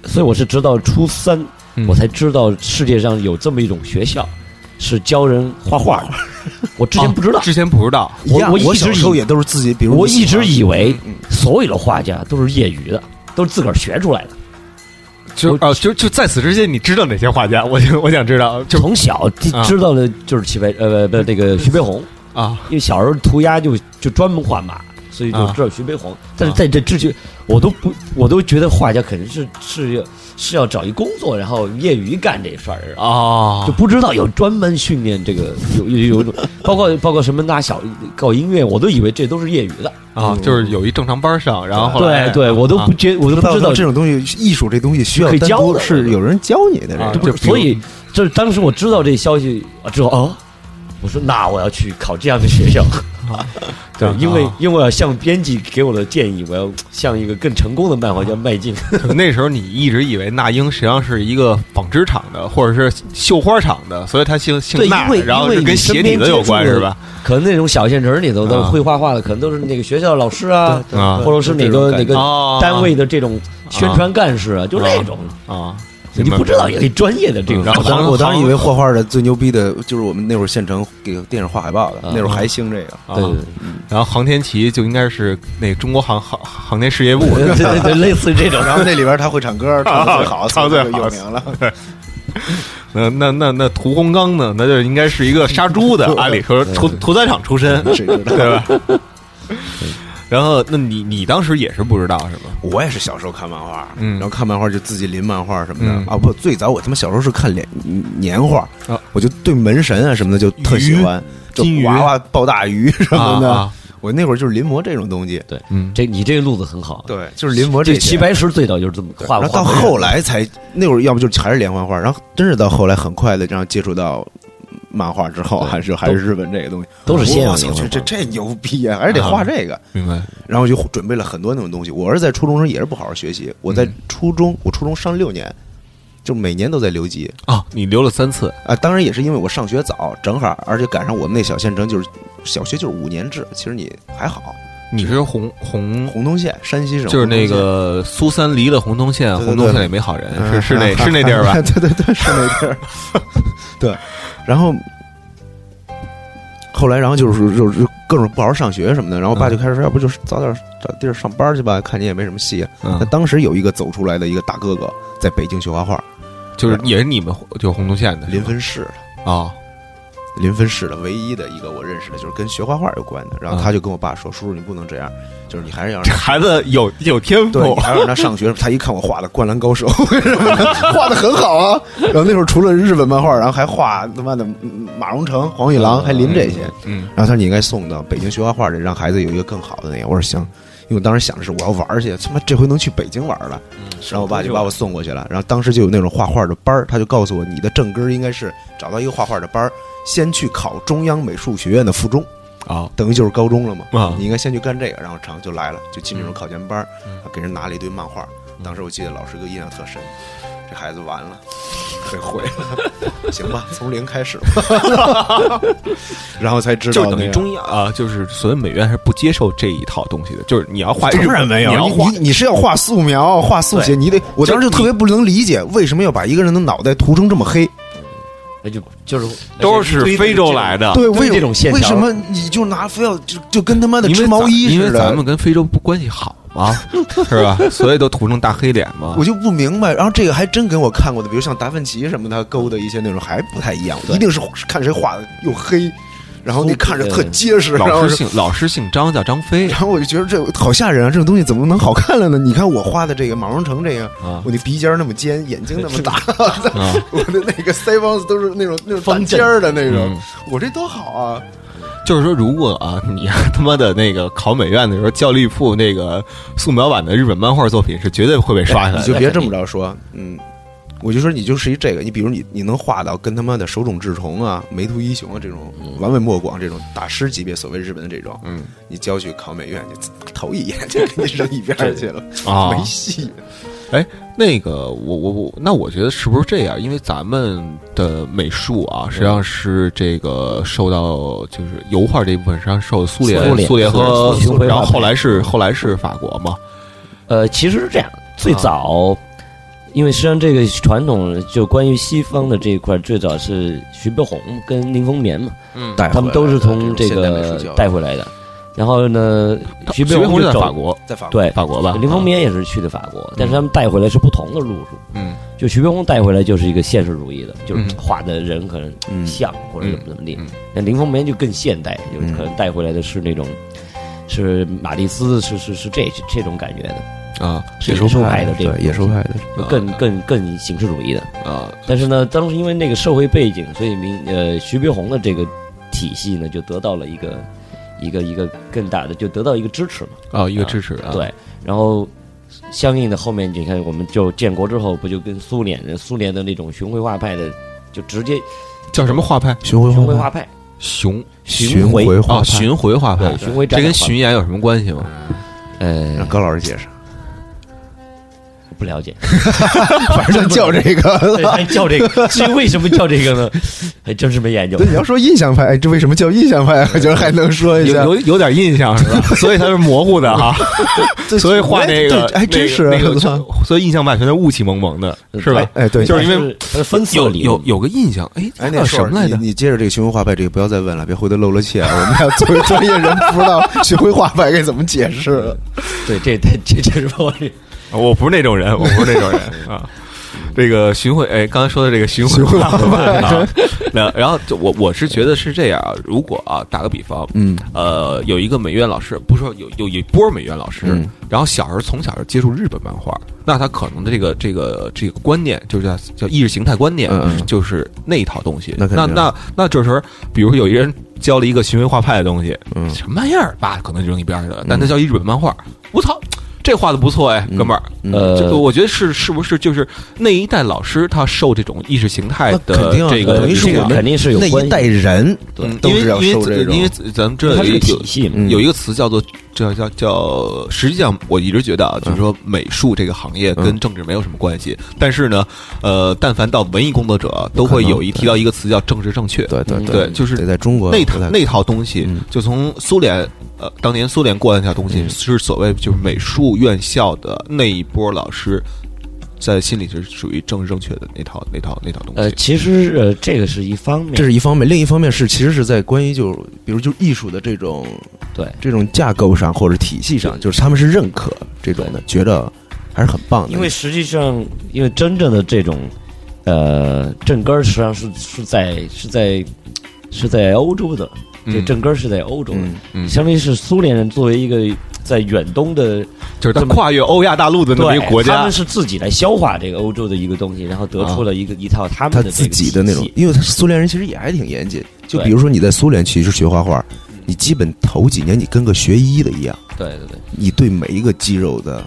Speaker 4: 所以我是知道初三
Speaker 2: 嗯
Speaker 4: 我才知道世界上有这么一种学校，是教人
Speaker 3: [LAUGHS]
Speaker 4: 画画的。我之前不知道，
Speaker 2: 哦之前不知道，
Speaker 3: 一样
Speaker 4: 我
Speaker 3: 我
Speaker 4: 一直
Speaker 3: 小时候
Speaker 4: 以
Speaker 3: 也都是自己，比如
Speaker 4: 我
Speaker 3: 你喜
Speaker 4: 一
Speaker 3: 欢
Speaker 4: 直以为
Speaker 3: 嗯
Speaker 4: 所有的画家都是业余的，都是自个儿学出来的。
Speaker 2: 就
Speaker 4: 我
Speaker 2: 哦，就就在此之间，你知道哪些画家？我就我想知道，就
Speaker 4: 从小就
Speaker 2: 啊
Speaker 4: 知道的就是齐白呃不不那个徐悲鸿，
Speaker 2: 啊，
Speaker 4: 因为小时候涂鸦就就专门画马，所以就
Speaker 2: 啊
Speaker 4: 知道徐悲鸿。但是在这之前，我都不我都觉得画家肯定是是要是要找一工作，然后业余干这事儿啊。
Speaker 2: 哦
Speaker 4: 就不知道有专门训练这个，有有有一种，包括包括什么拉小搞音乐，我都以为这都是业余的。
Speaker 2: 啊，就是有一正常班上，然后后来哎
Speaker 4: 对对，我都不觉，我都
Speaker 3: 不
Speaker 4: 不
Speaker 3: 知
Speaker 4: 知道
Speaker 3: 道这种东西，艺术这东西需要
Speaker 4: 可以
Speaker 3: 单
Speaker 4: 教
Speaker 3: 独
Speaker 4: 的
Speaker 3: 是有人教你的，
Speaker 2: 啊
Speaker 3: 这个
Speaker 4: 这不
Speaker 2: 就是比如
Speaker 4: 所以就是当时我知道这消息啊之后啊，我说那我要去考这样的学校，
Speaker 2: 啊
Speaker 4: [LAUGHS] 对，因为因为我要向编辑给我的建议，我要向一个更成功的漫画家迈
Speaker 2: [LAUGHS]
Speaker 4: 进。
Speaker 2: 就那时候你一直以为那英实际上是一个纺织厂的，或者是绣花厂的，所以他姓姓
Speaker 4: 对
Speaker 2: 那
Speaker 4: 因为，
Speaker 2: 然后是
Speaker 4: 因为你
Speaker 2: 跟鞋
Speaker 4: 身
Speaker 2: 底
Speaker 4: 边
Speaker 2: 子有关
Speaker 4: 接触
Speaker 2: 是
Speaker 4: 的
Speaker 2: 吧？
Speaker 4: 可能那种小县城里头的
Speaker 2: 啊
Speaker 4: 会画画的，可能都是那个学校老师啊，
Speaker 3: 对
Speaker 2: 啊
Speaker 4: 或者是哪个哪个
Speaker 2: 哦
Speaker 4: 单位的这种宣传干事啊，就那种，
Speaker 2: 啊，
Speaker 4: 你不知道有一专业的这
Speaker 2: 明白嗯了。
Speaker 4: 个
Speaker 3: 我当时我当时以为画画的最牛逼的就是我们那会儿县城给电影画海报的，
Speaker 4: 啊
Speaker 3: 那会儿还兴这个。
Speaker 2: 啊
Speaker 4: 对对
Speaker 2: 然后航天旗就应该是那中国航航航天事业部
Speaker 4: 对对
Speaker 2: [LAUGHS]
Speaker 4: 对对，类似于这种。
Speaker 3: 然后那里边他会唱歌，唱的最
Speaker 4: [LAUGHS]
Speaker 3: 好，
Speaker 2: 唱
Speaker 3: 所以
Speaker 2: 最
Speaker 3: 就
Speaker 2: 好
Speaker 3: 有名了。
Speaker 2: 那那那那屠洪刚呢？那就应该是一个杀猪的，按理说屠屠宰场出身，
Speaker 3: 谁知道？ [LAUGHS]
Speaker 2: 对吧？然后，那你你当时也是不知道是吗？
Speaker 3: 我也是小时候看漫画，
Speaker 2: 嗯
Speaker 3: 然后看漫画就自己临漫画什么的、
Speaker 2: 嗯
Speaker 3: 啊。不，最早我他妈小时候是看连年画、
Speaker 2: 啊
Speaker 3: 我就对门神啊什么的就特喜欢，就
Speaker 2: 金鱼
Speaker 3: 娃娃抱大鱼什么的。
Speaker 2: 啊啊
Speaker 3: 我那会儿就是临摹这种东西，
Speaker 4: 对，
Speaker 2: 嗯
Speaker 4: 这你这个路子很好。
Speaker 3: 对，就是临摹
Speaker 4: 这
Speaker 3: 些
Speaker 4: 齐白石最早就是这么画
Speaker 3: 然
Speaker 4: 画。
Speaker 3: 后到后，来才那会儿，要不就还是连环画，然后真是到后来很快的，然后接触到漫画之后，
Speaker 4: 对
Speaker 3: 还是还是日本这个东西，
Speaker 4: 都是西洋
Speaker 3: 我操
Speaker 4: 连环
Speaker 3: 这
Speaker 4: 画
Speaker 3: 这这牛逼啊！而且得画这个，
Speaker 2: 明白
Speaker 3: 然后就准备了很多那种东西。我是在初中时候也是不好好学习，我在
Speaker 2: 嗯
Speaker 3: 初中，我初中上六年，就每年都在留级
Speaker 2: 啊？你留了三次
Speaker 3: 啊。当然也是因为我上学早，正好而且赶上我们那小县城就是小学就是五年制，其实你还好。
Speaker 2: 你是红红，
Speaker 3: 洪洞县，山西省
Speaker 2: 就是
Speaker 3: 洪洞
Speaker 2: 那
Speaker 3: 县
Speaker 2: 个苏三离了红洞县，
Speaker 3: 对对
Speaker 2: 红洞县里没好人，是是
Speaker 3: [LAUGHS]
Speaker 2: 那
Speaker 3: 嗯
Speaker 2: 是那地儿吧？
Speaker 3: 对对对，是那地儿。 [LAUGHS] 对，然后后来，然后就是就是各种不好好上学什么的，然后我爸
Speaker 2: 嗯
Speaker 3: 就开始说，要不就是早点找地儿上班去吧，看你也没什么戏。啊那
Speaker 2: 嗯，
Speaker 3: 当时有一个走出来的一个大哥哥，在北京学画画，
Speaker 2: 就是也是你们就红洞县的是
Speaker 3: 临
Speaker 2: 吧
Speaker 3: 汾市的。
Speaker 2: 啊
Speaker 3: 临汾市的唯一的一个我认识的，就是跟学画画有关的。然后他就跟我爸说：“叔叔，你不能这样，就是你还是要
Speaker 2: 这
Speaker 3: 让
Speaker 2: 孩子有有天
Speaker 3: 对，
Speaker 2: 赋
Speaker 3: 你，还让他上学，他一看我画的《灌篮高手》 [LAUGHS] 画的很好
Speaker 2: [LAUGHS]
Speaker 3: 啊。然后那会儿除了日本漫画，然后还画他妈的嗯马荣成、黄玉郎，还临这些。
Speaker 2: 嗯，
Speaker 3: 然后他说你应该送到北京学画画去，让孩子有一个更好的那个。我说行，因为我当时想的是我要玩儿去，他妈这回能去北京玩儿了。
Speaker 2: 嗯
Speaker 3: 然后我爸就把我送过去了。然后当时就有那种画画的班儿，他就告诉我，你的正根儿应该是找到一个画画的班儿，先去考中央美术学院的附中，
Speaker 2: 啊
Speaker 3: 等于就是高中了嘛。
Speaker 2: 啊
Speaker 3: 你应该先去干这个。然后常就来了，就进这种考前班儿
Speaker 2: 嗯，
Speaker 3: 给人拿了一堆漫画。当时我记得老师给我印象特深，这孩子完了，被毁
Speaker 2: [LAUGHS]
Speaker 3: 了。行吧，从零开始吧。然后才知
Speaker 2: 就
Speaker 3: 道
Speaker 2: 等
Speaker 3: 那
Speaker 2: 于
Speaker 3: 个
Speaker 2: 中央啊，就是所谓美院是不接受这一套东西的，就是你要画日
Speaker 3: 当然没有，
Speaker 2: 你要
Speaker 3: 你
Speaker 2: 画
Speaker 3: 你你是要画素描、画速写，你得，我当时就特别不能理解，为什么要把一个人的脑袋涂成这么黑？
Speaker 4: 那就就是
Speaker 2: 都是非洲来的，
Speaker 3: 对，啊为
Speaker 4: 这种线条
Speaker 3: 为什么你就拿非要就就跟他妈的
Speaker 2: 因为
Speaker 3: 织毛
Speaker 2: 咱
Speaker 3: 衣
Speaker 2: 因
Speaker 3: 似
Speaker 2: 为咱
Speaker 3: 的？
Speaker 2: 们跟非洲不关系好
Speaker 3: [LAUGHS]
Speaker 2: 嘛，是吧？所以都涂成大黑脸嘛
Speaker 3: 我。就不明白，然后这个还真跟我看过的，比如像达芬奇什么的，他勾的一些那种还不太一样，
Speaker 4: 对
Speaker 3: 一定是看谁画的又黑，然后你看着特结实，然
Speaker 2: 老
Speaker 3: 后
Speaker 2: 师姓老师姓张，叫张飞
Speaker 3: [LAUGHS] 然后我就觉得这好吓人啊！这种东西怎么能好看了呢？你看我画的这个马荣成这个，
Speaker 4: 啊，
Speaker 3: 我那鼻尖儿那么尖，眼睛那么大，
Speaker 2: [LAUGHS] 啊。
Speaker 3: [LAUGHS] 我的那个腮帮子都是那种那种
Speaker 4: 方
Speaker 3: 方
Speaker 4: 正
Speaker 3: 尖儿的那种
Speaker 2: 嗯，
Speaker 3: 我这多好啊！
Speaker 2: 就是说，如果啊，你 [LAUGHS] 啊他妈的那个考美院的时候，教育部那个素描版的日本漫画作品是绝对会被刷下来
Speaker 3: 你
Speaker 2: 的
Speaker 3: 就。别这么着说，嗯，我就说你就是一这个，你比如你你能画到跟他妈的手冢治虫啊、梅图一雄啊这种完美莫广这种大师级别所谓日本的这种，
Speaker 2: 嗯
Speaker 3: 你交去考美院，你头一眼就给你扔一边儿去了，
Speaker 2: 啊，
Speaker 3: [LAUGHS] 没戏。
Speaker 2: 那个，我我我，那我觉得是不是这样？因为咱们的美术
Speaker 4: 嗯
Speaker 2: 啊，实际上是这个受到就是油画这一部分，实际上受苏联、
Speaker 4: 苏
Speaker 2: 联
Speaker 4: 联
Speaker 2: 和
Speaker 4: 苏联
Speaker 2: 然后后来是后来是法国嘛？
Speaker 4: 呃，其实是这样，最早，因为实际上这个传统就关于西方的这一块，最早是徐悲鸿跟林风眠嘛，
Speaker 2: 嗯
Speaker 4: 他们都是从这个带
Speaker 3: 回
Speaker 4: 回来的。然后呢，徐悲
Speaker 2: 悲鸿
Speaker 4: 鸿
Speaker 2: 是
Speaker 4: 就
Speaker 2: 在
Speaker 4: 走
Speaker 2: 法，国，
Speaker 3: 在法国，
Speaker 4: 对，
Speaker 2: 法国吧？啊
Speaker 4: 林风眠哎也是去的法国，但是他们带回来是不同的路数。
Speaker 2: 嗯，
Speaker 4: 就徐悲鸿带回来就是一个现实主义的，就是
Speaker 2: 嗯
Speaker 4: 画的人可能
Speaker 3: 嗯
Speaker 4: 像或者怎么怎么地
Speaker 2: 嗯嗯。
Speaker 4: 那林风眠就更现代，有
Speaker 3: 嗯
Speaker 4: 可能带回来的是那种，是马蒂斯，是是是这这种感觉的，
Speaker 2: 啊
Speaker 4: 野兽派的这种
Speaker 3: 派的，
Speaker 4: 就
Speaker 2: 啊
Speaker 4: 更更更形式主义的。
Speaker 2: 啊，
Speaker 4: 但是呢，当时因为那个社会背景，所以明呃徐悲鸿的这个体系呢，就得到了一个一个一个更大的，就得到一个支持嘛。
Speaker 2: 啊，一个支持啊，
Speaker 4: 对，然后相应的后面你看，我们就建国之后，不就跟苏联人、苏联的那种巡回画派的，就直接
Speaker 2: 叫什么画派？
Speaker 3: 巡回
Speaker 4: 巡回画派、
Speaker 2: 巡
Speaker 4: 巡回
Speaker 3: 回画
Speaker 2: 啊，巡回画派
Speaker 4: 对，巡回展
Speaker 2: 这
Speaker 4: 览
Speaker 2: 跟
Speaker 4: 画派
Speaker 2: 巡演有什么关系吗？
Speaker 3: 让
Speaker 4: 呃
Speaker 3: 高老师解释，
Speaker 2: [LAUGHS]
Speaker 4: 不了解，
Speaker 3: 反正叫这
Speaker 2: [LAUGHS]
Speaker 4: 对
Speaker 3: 个。
Speaker 4: 还叫这个，至于为什么叫这个呢？还真是没研
Speaker 3: [LAUGHS]
Speaker 4: 究
Speaker 3: 对，。你要说印象派，哎，这为什么叫印象派？我觉得还能说一
Speaker 2: 有
Speaker 3: 下。
Speaker 2: 有有点印象是 [LAUGHS] 吧？所以它是模糊的哈。
Speaker 3: 对
Speaker 2: 所以画那个
Speaker 3: 对还真是
Speaker 2: 那个，那
Speaker 3: [LAUGHS] 我
Speaker 2: 个
Speaker 3: 操
Speaker 2: 就所以印象派全都雾气蒙蒙的，是吧？
Speaker 3: 哎，对，
Speaker 2: 就是因为
Speaker 4: 它是分四个
Speaker 2: 有
Speaker 4: 理
Speaker 2: 有
Speaker 4: 论，
Speaker 2: 有个印象，哎，
Speaker 3: 哎，
Speaker 2: 叫
Speaker 3: 那
Speaker 2: 什么来着
Speaker 3: 你？你接着这个巡回画派，这个不要再问了，别回头露了怯。我们要作为专业人， [LAUGHS] 不知道巡回画派该怎么解释。
Speaker 4: 对，这这这这是我这
Speaker 2: 我不是那种人，我不是那种 [LAUGHS] 人啊。这个巡回，哎，刚才说的这个巡回大会啊， [LAUGHS] 那然后就我我是觉得是这样啊，如果啊，打个比方，
Speaker 3: 嗯，
Speaker 2: 呃，有一个美院老师，不是说有有一波美院老师，
Speaker 3: 嗯
Speaker 2: 然后小时候从小就接触日本漫画，那他可能的这个这个这个观念，就是叫叫意识形态观念，
Speaker 3: 嗯嗯
Speaker 2: 就是那一套东西。
Speaker 3: 那肯
Speaker 2: 那
Speaker 3: 定
Speaker 2: 那那这时候，比如有一人教了一个巡回画派的东西，
Speaker 3: 嗯
Speaker 2: 什么玩意儿，爸可能就扔一边儿去了，但他教一日本漫画，我操！这画的不错哎，
Speaker 3: 嗯
Speaker 2: 哥们儿，
Speaker 4: 呃
Speaker 2: 这个我觉得是是不是就是那一代老师他受这种意识形态
Speaker 3: 那肯
Speaker 2: 的
Speaker 3: 定啊
Speaker 2: 这个
Speaker 3: 等于是
Speaker 2: 这个
Speaker 3: 我们
Speaker 4: 肯定是有
Speaker 3: 那
Speaker 4: 关
Speaker 3: 一
Speaker 4: 系
Speaker 3: 代
Speaker 4: 的，
Speaker 3: 人
Speaker 2: 嗯
Speaker 3: 都
Speaker 2: 因为
Speaker 3: 是要
Speaker 2: 因
Speaker 3: 受
Speaker 2: 为
Speaker 3: 这种
Speaker 2: 因为咱们这
Speaker 4: 它
Speaker 2: 有
Speaker 4: 是个
Speaker 2: 一
Speaker 4: 体系嘛。
Speaker 3: 嗯
Speaker 2: 有一个词叫做叫叫叫，实际上我一直觉得啊，就是说美术这个行业跟政治没有什么关系，但是呢，呃，但凡到文艺工作者，都会有一提到一个词叫政治正确。
Speaker 3: 对嗯对
Speaker 2: 对就是
Speaker 3: 得在中国
Speaker 2: 那套
Speaker 3: 不太
Speaker 2: 那套东西
Speaker 3: 嗯，
Speaker 2: 就从苏联，呃，当年苏联过来那套东西，是所谓就是美术院校的那一波老师，在心里是属于政治正确的那套那套那套东
Speaker 4: 呃，
Speaker 2: 西。
Speaker 4: 其实呃，这个是一方面，
Speaker 3: 这是一方面，另一方面是其实是在关于就比如就艺术的这种
Speaker 4: 对
Speaker 3: 这种架构上或者体系上，就是他们是认可这种的，觉得还是很棒的。
Speaker 4: 因为实际上，因为真正的这种，呃，正根儿实际上是是在是在是在欧洲的，这
Speaker 2: 嗯
Speaker 4: 正根儿是在欧洲的，
Speaker 3: 嗯
Speaker 2: 嗯
Speaker 4: 相当于是苏联人作为一个在远东的
Speaker 2: 就是他
Speaker 4: 这么
Speaker 2: 跨越欧亚大陆的那么一个国
Speaker 4: 对，他
Speaker 2: 家
Speaker 4: 们，是自己来消化这个欧洲的一个东西，然后得出了一个、一套他
Speaker 3: 他
Speaker 4: 们的这
Speaker 3: 自
Speaker 4: 个
Speaker 3: 己的那种
Speaker 4: 体，系
Speaker 3: 因为他苏联人其实也还挺严谨。就
Speaker 4: 对嗯
Speaker 3: 比如说你在苏联其实学画画，你基本头几年你跟个学医的一样，
Speaker 4: 对对对，
Speaker 3: 你对每一个肌肉的，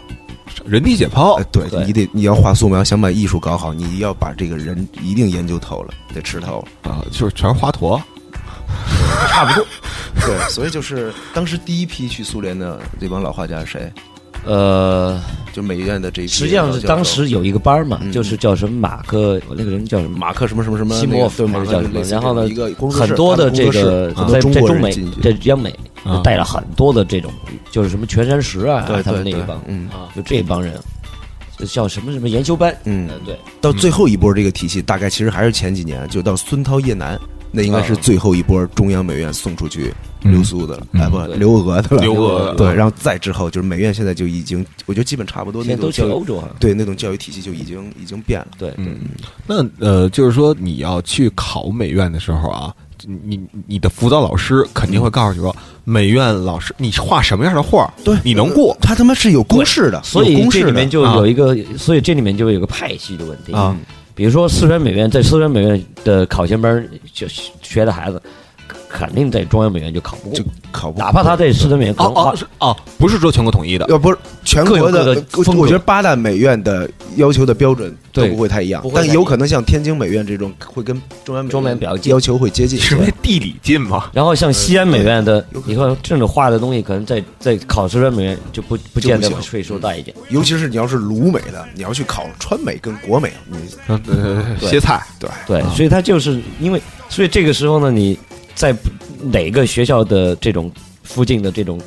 Speaker 2: 人体解剖
Speaker 3: 呃，，对
Speaker 4: 哦对
Speaker 3: 你得你要画素描，想把艺术搞好，你要把这个人一定研究透了，得吃透了。
Speaker 2: 啊，就是全是华佗，
Speaker 3: 差不多。对，所以就是当时第一批去苏联的这帮老画家是谁？
Speaker 4: 呃，
Speaker 3: 就美院的这一批。
Speaker 4: 实际上是当时有一个班儿嘛，
Speaker 3: 嗯
Speaker 4: 就是叫什么马克，那个人叫什么？
Speaker 3: 马克什么什么什么
Speaker 4: 西
Speaker 3: 那
Speaker 4: 莫
Speaker 3: 个
Speaker 4: 夫
Speaker 3: 对马
Speaker 4: 还
Speaker 3: 克
Speaker 4: 是叫
Speaker 3: 就
Speaker 4: 什么
Speaker 3: 类似
Speaker 4: 然后呢
Speaker 3: 一个工作室
Speaker 4: 很多的
Speaker 3: 他们工
Speaker 4: 这
Speaker 3: 作室
Speaker 4: 个
Speaker 3: 很
Speaker 4: 在
Speaker 3: 多中
Speaker 4: 在
Speaker 3: 国
Speaker 4: 中
Speaker 3: 人
Speaker 4: 美
Speaker 3: 进去，
Speaker 4: 在央美
Speaker 2: 啊
Speaker 4: 带了很多的这种，就是什么全山石啊，
Speaker 3: 对
Speaker 4: 他们
Speaker 3: 对
Speaker 4: 那一
Speaker 3: 对
Speaker 4: 帮，
Speaker 3: 嗯
Speaker 4: 啊，就这帮人，就叫什么什么研修班，
Speaker 3: 嗯
Speaker 4: 呃，，对，
Speaker 3: 到最后一波这个体系，大概其实还是前几年，就到孙涛、叶楠，那应该是最后一波中央美院送出去留苏的了，
Speaker 2: 嗯
Speaker 3: 哎不，
Speaker 4: 对
Speaker 3: 留俄的了。
Speaker 2: 留嗯
Speaker 4: 俄
Speaker 3: 对，然后再之后就是美院现在就已经，我觉得基本差不多
Speaker 4: 现在
Speaker 3: 那种
Speaker 4: 都去
Speaker 3: 教育，
Speaker 4: 欧洲啊，
Speaker 3: 对那种教育体系就已经已经变了。
Speaker 4: 对，对
Speaker 2: 嗯，那呃，就是说你要去考美院的时候啊，你你你的辅导老师肯定会告诉你说，美院老师你画什么样的画，
Speaker 3: 对
Speaker 2: 你能过
Speaker 3: 他他妈是有公式的，
Speaker 4: 所
Speaker 3: 有
Speaker 4: 以
Speaker 3: 公式
Speaker 4: 这里
Speaker 3: 的
Speaker 4: 面就
Speaker 2: 啊
Speaker 4: 有一个，所以这里面就有一个派系的问题
Speaker 3: 啊，
Speaker 4: 比如说四川美院，在四川美院的考前班就学的孩子，肯定在中央美院就考不过
Speaker 3: 就，考不过，
Speaker 4: 哪怕他在四川美院可
Speaker 2: 哦
Speaker 4: 能画
Speaker 2: 哦是哦，不是说全国统一的，
Speaker 3: 要不是全
Speaker 4: 各有
Speaker 3: 国
Speaker 4: 各
Speaker 3: 的
Speaker 4: 的，
Speaker 3: 我
Speaker 4: 风格
Speaker 3: 我觉得八大美院的要求的标准都
Speaker 4: 对
Speaker 3: 不会太一样
Speaker 4: 不，会太
Speaker 3: 但
Speaker 4: 一样
Speaker 3: 有可能像天津美院这种会跟中央美
Speaker 4: 中美比较近
Speaker 3: 要求会接近一些
Speaker 2: 是因为地理近吗？
Speaker 4: 然后像西安美院的
Speaker 3: 有，可
Speaker 4: 你看这种画的东西，可能在在考试专美院就不不见得
Speaker 3: 就不行
Speaker 4: 会受待见。
Speaker 3: 尤其是你要是鲁美的，你要去考川美跟国美，你
Speaker 2: 呃，
Speaker 4: 对
Speaker 2: 歇菜
Speaker 3: 对
Speaker 4: 对，所以他就是因为，所以这个时候呢，你在哪个学校的这种附近的这种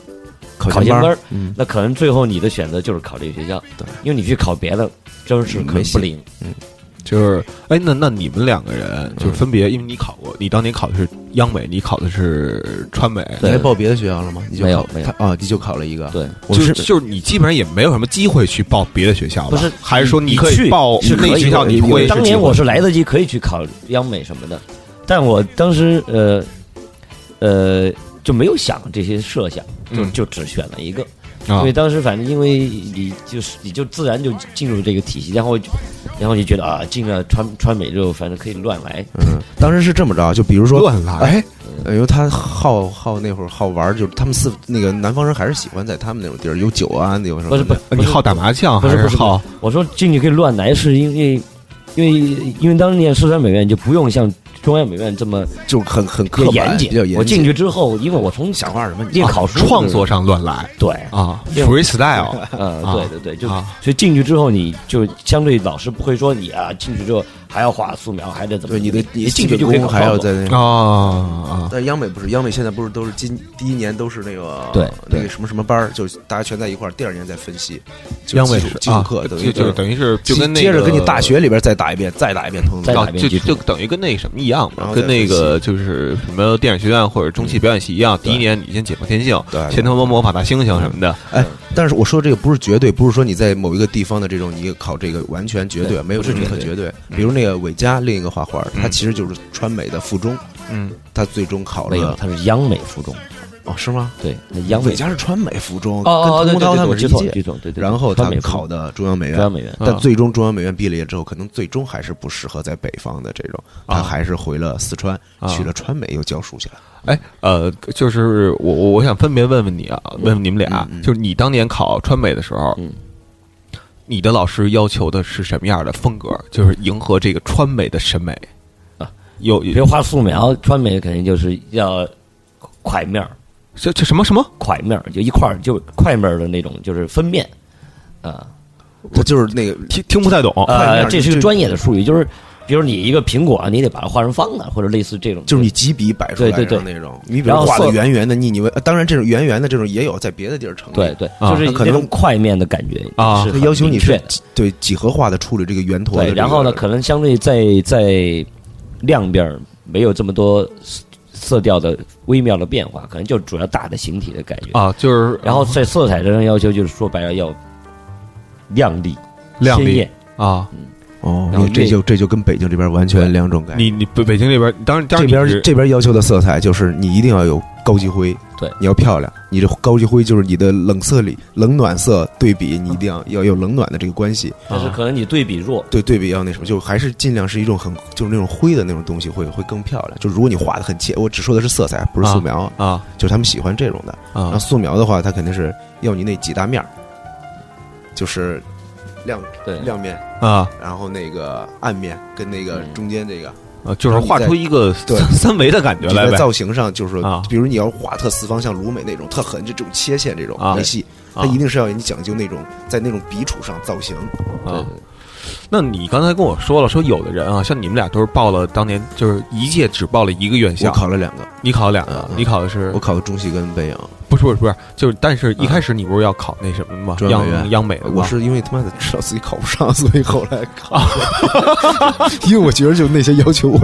Speaker 4: 考前班
Speaker 3: 班
Speaker 4: 儿，
Speaker 3: 嗯，
Speaker 4: 那可能最后你的选择就是考这个学校，
Speaker 3: 对，
Speaker 4: 因为你去考别的，真是可
Speaker 3: 没
Speaker 4: 能
Speaker 3: 戏
Speaker 4: 不灵。
Speaker 2: 就是，哎，那那你们两个人就是分别，因为你考过，你当年考的是央美，你考的是川美，
Speaker 4: 对
Speaker 3: 还报别的学校了吗？你就
Speaker 4: 没有
Speaker 3: 考
Speaker 4: 没有
Speaker 3: 他啊，你就考了一个，
Speaker 4: 对，
Speaker 3: 我
Speaker 2: 就是
Speaker 3: 是
Speaker 2: 就是你基本上也没有什么机会去报别的学校吧，
Speaker 4: 不是
Speaker 2: 还是说
Speaker 4: 你
Speaker 2: 你可
Speaker 4: 去
Speaker 2: 以报
Speaker 4: 是可以
Speaker 2: 那
Speaker 4: 的
Speaker 2: 学校，你
Speaker 3: 有
Speaker 2: 会
Speaker 3: 是
Speaker 4: 当
Speaker 3: 机
Speaker 4: 年
Speaker 3: 会
Speaker 4: 我是来得及可以去考央美什么的，但我当时呃呃就没有想这些设想，就
Speaker 2: 嗯
Speaker 4: 就只选了一个。
Speaker 2: 啊
Speaker 4: 因为当时反正因为你就是你就自然就进入这个体系，然后然后你觉得啊，进了川川美之后，反正可以乱来，
Speaker 3: 嗯，当时是这么着，就比如说
Speaker 2: 乱来，
Speaker 3: 哎，因为他好好那会儿好玩儿，就是他们四那个南方人还是喜欢在他们那种地儿有酒啊，有什么
Speaker 4: 不是不
Speaker 3: 的
Speaker 4: 是，
Speaker 2: 你好打麻将
Speaker 4: 不
Speaker 2: 还
Speaker 4: 是不是
Speaker 2: 好
Speaker 4: 我说进去可以乱来，是因为因为因为当年四川美院就不用像中央美院这么
Speaker 3: 就很很
Speaker 4: 比
Speaker 3: 刻
Speaker 4: 较
Speaker 3: 板，
Speaker 4: 严
Speaker 3: 比较严
Speaker 4: 谨。
Speaker 3: 谨。啊
Speaker 4: 我进去之后，因为我从
Speaker 3: 想画什么，你
Speaker 4: 练考书的
Speaker 2: 啊创作上乱来
Speaker 4: 对
Speaker 2: 啊
Speaker 4: 对
Speaker 2: [LAUGHS] ，freestyle
Speaker 4: 呃
Speaker 2: 啊
Speaker 4: 对对对，就
Speaker 2: 啊，
Speaker 4: 所以进去之后，你就相对老师不会说你啊，进去之后还要画素描，还得怎么？
Speaker 3: 对你的你
Speaker 4: 一进去
Speaker 3: 基
Speaker 4: 就
Speaker 3: 本
Speaker 4: 可以
Speaker 3: 功
Speaker 4: 搞
Speaker 3: 还要
Speaker 4: 创作
Speaker 3: 在那
Speaker 2: 啊。啊，
Speaker 3: 但央美不是，央美现在不是都是今第一年都是那个
Speaker 4: 对
Speaker 3: 那
Speaker 4: 对
Speaker 3: 个什么什么班儿，就是大家全在一块儿，第二年再分析，就
Speaker 2: 央美
Speaker 3: 基础
Speaker 2: 是
Speaker 3: 基础
Speaker 2: 啊
Speaker 3: 课等
Speaker 2: 就
Speaker 3: 于
Speaker 2: 就是等于是就
Speaker 3: 接
Speaker 2: 跟那
Speaker 3: 接着
Speaker 2: 个
Speaker 3: 跟你大学里边再打一遍，再打一遍，通
Speaker 4: 再
Speaker 3: 通。
Speaker 2: 啊
Speaker 4: 打一遍
Speaker 2: 就
Speaker 4: 基础
Speaker 2: 就等于跟那个什么一样
Speaker 3: 然
Speaker 2: 嘛，
Speaker 3: 后
Speaker 2: 跟
Speaker 3: 再
Speaker 2: 那
Speaker 3: 分
Speaker 2: 个就是什么电影学院或者中戏表演系一样，第一年你先解放天性，
Speaker 3: 对哎对
Speaker 2: 先他妈模仿大猩猩什么的，
Speaker 3: 哎，但是我说这个不是绝对，不是说你在某一个地方的这种你考这个完全绝对，没有
Speaker 4: 不是
Speaker 3: 这种特
Speaker 4: 绝对
Speaker 3: 绝对。嗯比如那个韦佳另一个画画儿，他
Speaker 2: 嗯
Speaker 3: 其实就是川美的附中，
Speaker 2: 嗯，
Speaker 3: 他最终考
Speaker 4: 没有，
Speaker 3: 了
Speaker 4: 他是央美附中，
Speaker 3: 哦是吗？
Speaker 4: 对，他央美
Speaker 3: 韦佳是川美附中，
Speaker 4: 哦哦，
Speaker 3: 跟
Speaker 4: 对
Speaker 3: 屠洪涛
Speaker 4: 对对，
Speaker 3: 他
Speaker 4: 我
Speaker 3: 们是
Speaker 4: 记
Speaker 3: 一
Speaker 4: 错了
Speaker 3: 届，
Speaker 4: 记错了，嗯对对。
Speaker 3: 然后
Speaker 4: 川
Speaker 3: 他
Speaker 4: 美附
Speaker 3: 考的中央美
Speaker 4: 中央
Speaker 3: 院。
Speaker 4: 美院，
Speaker 3: 但最终中央美院毕了业之后，可能最终还是不适合在北方的这种，
Speaker 2: 啊
Speaker 3: 他还是回了四川，
Speaker 2: 啊
Speaker 3: 去了川美又教书去了。
Speaker 2: 哎，呃，就是我我我想分别问问你啊，问问你们俩，
Speaker 3: 嗯嗯
Speaker 2: 就是你当年考川美的时候，
Speaker 4: 嗯
Speaker 2: 你的老师要求的是什么样的风格？就是迎合这个川美的审美
Speaker 4: 啊，
Speaker 2: 有
Speaker 4: 比如画素描，川美肯定就是要块面儿，
Speaker 2: 这这什么什么？
Speaker 4: 块面儿就一块儿就块面儿的那种，就是分面啊。
Speaker 3: 他就是那个
Speaker 2: 听听不太懂
Speaker 3: 块面
Speaker 4: 呃，
Speaker 3: 儿
Speaker 4: 这是一
Speaker 3: 就
Speaker 4: 个专业的术语，就是比如你一个苹果，啊你得把它画成方的，或者类似这种，
Speaker 3: 就是你几笔摆出来
Speaker 4: 对对
Speaker 3: 的
Speaker 4: 对
Speaker 3: 那种，你比
Speaker 4: 然
Speaker 3: 如
Speaker 4: 后
Speaker 3: 画的
Speaker 4: 色
Speaker 3: 圆圆的、腻腻歪，呃当然这种圆圆的这种也有在别的地儿成立。
Speaker 4: 对，对，
Speaker 2: 啊
Speaker 4: 就是
Speaker 3: 那可
Speaker 4: 那种
Speaker 3: 能
Speaker 4: 块面的感觉
Speaker 2: 啊
Speaker 4: 是
Speaker 3: 他
Speaker 4: 很
Speaker 3: 要求你
Speaker 4: 明确
Speaker 3: 是
Speaker 4: 的
Speaker 3: 几对几何化的处理这个圆坨的
Speaker 4: 对，
Speaker 3: 这个。
Speaker 4: 然后呢，可能相对在在量边儿没有这么多色色调的微妙的变化，可能就主要大的形体的感觉。
Speaker 2: 啊，就是
Speaker 4: 然后在色彩上要求就是说白了要亮丽、
Speaker 2: 亮
Speaker 4: 鲜
Speaker 2: 丽
Speaker 4: 艳。
Speaker 2: 啊，
Speaker 3: 哦
Speaker 4: 然后，
Speaker 3: 这
Speaker 4: 那
Speaker 3: 就这就跟北京这边完全两种概念。
Speaker 2: 你你北北京这边，当然当
Speaker 3: 这
Speaker 2: 然你
Speaker 3: 边
Speaker 2: 是
Speaker 3: 这边要求的色彩就是你一定要有高级灰，
Speaker 4: 对，
Speaker 3: 你要漂亮，你这高级灰就是你的冷色里冷暖色对比，你一定要要有冷暖的这个关系，
Speaker 4: 但是
Speaker 2: 啊
Speaker 4: 可能你对比弱，
Speaker 3: 对对比要那什么，就还是尽量是一种很就是那种灰的那种东西会会更漂亮。就如果你画的很浅，我只说的是色彩，不是素描，
Speaker 2: 啊
Speaker 3: 就是他们喜欢这种的。然后
Speaker 2: 啊
Speaker 3: 素描的话，它肯定是要你那几大面儿，就是亮
Speaker 4: 对，
Speaker 3: 亮面，
Speaker 2: 啊
Speaker 3: 然后那个暗面跟那个
Speaker 4: 嗯
Speaker 3: 中间这个。
Speaker 2: 啊！就是画出一个
Speaker 3: 对
Speaker 2: 三三维的感觉
Speaker 3: 你
Speaker 2: 来
Speaker 3: 在
Speaker 2: 呗
Speaker 3: 造型上就是
Speaker 2: 啊
Speaker 3: 说，比如你要画特四方像鲁美那种特狠，这种切线这种
Speaker 2: 啊
Speaker 3: 没戏，它
Speaker 2: 啊
Speaker 3: 一定是要你讲究那种在那种笔触上造型。对
Speaker 2: 啊！那你刚才跟我说了，说有的人啊，像你们俩都是报了当年就是一届只报了一个院
Speaker 3: 我
Speaker 2: 校，
Speaker 3: 考了两个，
Speaker 2: 你考了两个，
Speaker 3: 嗯嗯
Speaker 2: 你考的是
Speaker 3: 我考了中戏跟北影，
Speaker 2: 不是不是不是，就是但是一开始你不是要考那什么吗？
Speaker 3: 中央美
Speaker 2: 央
Speaker 3: 院
Speaker 2: 央美的吗
Speaker 3: 我是因为他妈的知道自己考不上，所以后来考了， [LAUGHS] 因为我觉得就那些要求我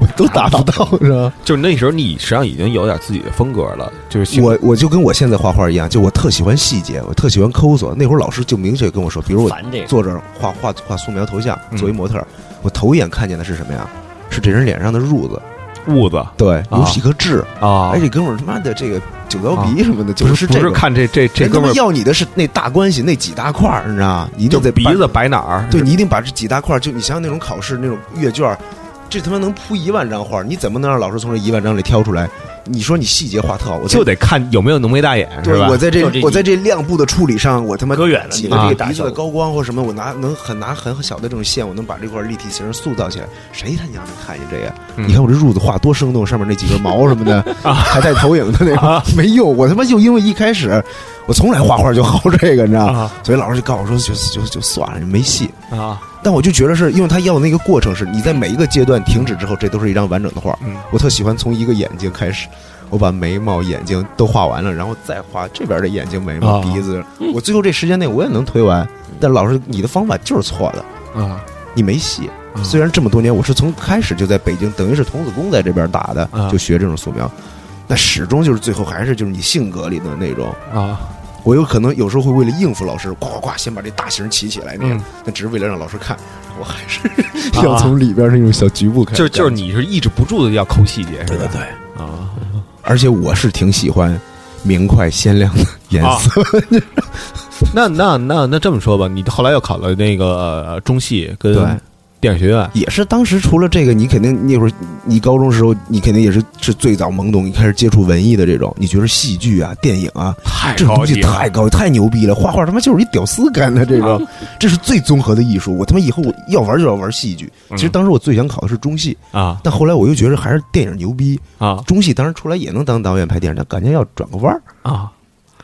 Speaker 3: 我都达不
Speaker 2: [LAUGHS]
Speaker 3: 到，是吧？
Speaker 2: 就是那时候你实际上已经有点自己的风格了，就是喜
Speaker 3: 我我就跟我现在画画一样，就我特喜欢细节，我特喜欢抠索。那会儿老师就明确跟我说，比如我
Speaker 4: 烦这个，
Speaker 3: 坐这儿画画画素描头像，
Speaker 2: 嗯
Speaker 3: 作为模特儿，我头一眼看见的是什么呀？是这人脸上的褥子，
Speaker 2: 痦子
Speaker 3: 对，有
Speaker 2: 啊
Speaker 3: 几颗痣，
Speaker 2: 啊
Speaker 3: 而，且哥们儿他妈的这个酒糟鼻什么的，就
Speaker 2: 不
Speaker 3: 是
Speaker 2: 不
Speaker 3: 这
Speaker 2: 是
Speaker 3: 种。
Speaker 2: 看这这这
Speaker 3: 人
Speaker 2: 哥
Speaker 3: 他妈
Speaker 2: 们儿
Speaker 3: 要你的是那大关系那几大块儿，你知道吗？你一
Speaker 2: 就
Speaker 3: 定得
Speaker 2: 鼻
Speaker 3: 把
Speaker 2: 子，摆哪儿？
Speaker 3: 对你一定把这几大块儿，就你想想那种考试那种阅卷儿，这他妈能铺一万张画儿，你怎么能让老师从这一万张里挑出来？你说你细节画特好，我在
Speaker 2: 就得看有没有浓眉大眼，是
Speaker 3: 对
Speaker 2: 吧
Speaker 3: 我？在
Speaker 4: 就这
Speaker 3: 这
Speaker 4: 一
Speaker 3: 我在这亮部的处理上，我他妈
Speaker 1: 搁远了
Speaker 3: 几
Speaker 2: 你这
Speaker 3: 个这
Speaker 2: 个
Speaker 3: 个
Speaker 1: 大
Speaker 3: 鼻子
Speaker 1: 小
Speaker 3: 的高光或什么，我拿能很拿很小的这种线，我能把这块立体形塑造起来。谁他娘能看见这个？
Speaker 2: 嗯啊
Speaker 3: 你看我这褥子画多生动，上面那几根毛什么
Speaker 2: [LAUGHS]
Speaker 3: 的，还带投影的那种，没用。我他妈就因为一开始我从来画画就好这个，你知道吗？
Speaker 2: 啊
Speaker 3: 所以老师就告诉我说，就就就算了，没戏。
Speaker 2: 啊，
Speaker 3: 但我就觉得是因为他要的那个过程是，你在每一个阶段停止之后，这都是一张完整的画。
Speaker 2: 嗯
Speaker 3: 我特喜欢从一个眼睛开始，我把眉毛、眼睛都画完了，然后再画这边的眼睛、眉毛、
Speaker 2: 啊嗯
Speaker 3: 鼻子。我最后这时间内我也能推完，但老师你的方法就是错的，
Speaker 2: 啊
Speaker 3: 你没戏。
Speaker 2: 啊
Speaker 3: 虽然这么多年我是从开始就在北京，等于是童子功在这边打的
Speaker 2: 啊，
Speaker 3: 就学这种素描，但始终就是最后还是就是你性格里的那种。
Speaker 2: 啊，
Speaker 3: 我有可能有时候会为了应付老师，呱呱呱，先把这大型起起来那样，
Speaker 2: 嗯
Speaker 3: 但只是为了让老师看，我还是要从里边那种小局部开始。
Speaker 2: 啊就就是，你是抑制不住的要抠细节，是
Speaker 3: 对对
Speaker 2: 吧？
Speaker 3: 对，
Speaker 2: 啊
Speaker 3: 而且我是挺喜欢明快鲜亮的颜
Speaker 2: 啊
Speaker 3: 色。，
Speaker 2: 那那那那这么说吧，你后来又考了那个呃中戏跟
Speaker 3: 对
Speaker 2: 电影学院，
Speaker 3: [LAUGHS] 也是当时除了这个，你肯定那会儿你高中时候，你肯定也是是最早懵懂，你开始接触文艺的这种，你觉得戏剧啊、电影啊，
Speaker 2: 太
Speaker 3: 这种东西太高太牛逼了，画画他妈就是一屌丝干的这种，这是最综合的艺术。我他妈以后我要玩就要玩戏剧。其实当时我最想考的是中戏，
Speaker 2: 啊
Speaker 3: 但后来我又觉得还是电影牛逼，
Speaker 2: 啊
Speaker 3: 中戏当然出来也能当导演拍电影，但感觉要转个弯儿，
Speaker 2: 啊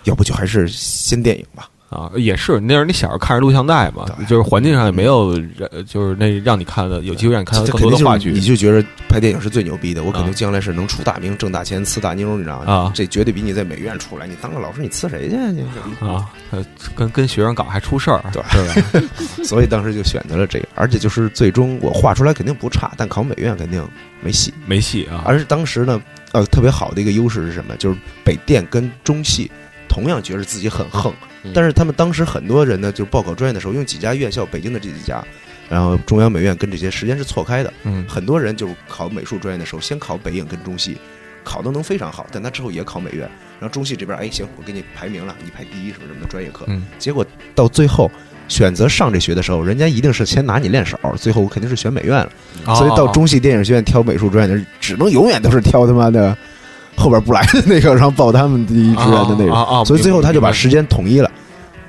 Speaker 3: 要不就还是先电影吧。
Speaker 2: 啊，也是那时候你小时候看着录像带嘛，
Speaker 3: 对嗯
Speaker 2: 就是环境上也没有人，就是那让你看的有机会让你看到
Speaker 3: 这
Speaker 2: 更
Speaker 3: 肯
Speaker 2: 多
Speaker 3: 定
Speaker 2: 的
Speaker 3: 就
Speaker 2: 话
Speaker 3: 是你
Speaker 2: 剧
Speaker 3: 就觉得拍电影是最牛逼的，我肯
Speaker 2: 啊
Speaker 3: 定将来是能出大名、挣大钱、呲大妞，你知道吗？
Speaker 2: 啊
Speaker 3: 这绝对比你在美院出来，你当个老师你呲谁去？你
Speaker 2: 啊，呃跟跟学生搞还出事儿，
Speaker 3: 对
Speaker 2: 是吧？
Speaker 3: [LAUGHS] 所以当时就选择了这个，而且就是最终我画出来肯定不差，但考美院肯定没戏。
Speaker 2: 没戏啊
Speaker 3: 而是当时呢，呃，特别好的一个优势是什么？就是北电跟中戏同样觉得自己很横，
Speaker 4: 嗯
Speaker 3: 但是他们当时很多人呢，就是报考专业的时候，因为几家院校，北京的这几家，然后中央美院跟这些时间是错开的，
Speaker 2: 嗯
Speaker 3: 很多人就是考美术专业的时候，先考北影跟中戏。考的能非常好，但他之后也考美院，然后中戏这边，哎，行，我给你排名了，你排第一什么什么的专业课，
Speaker 2: 嗯
Speaker 3: 结果到最后选择上这学的时候，人家一定是先拿你练手，最后肯定是选美院了。嗯所以到中戏电影学院挑美术专业的，只能永远都是挑他妈的后边不来的那个，然后报他们第一志愿的那
Speaker 2: 啊
Speaker 3: 种。
Speaker 2: 啊啊，
Speaker 3: 所以最后他就把
Speaker 2: 明白
Speaker 3: 时间统一了，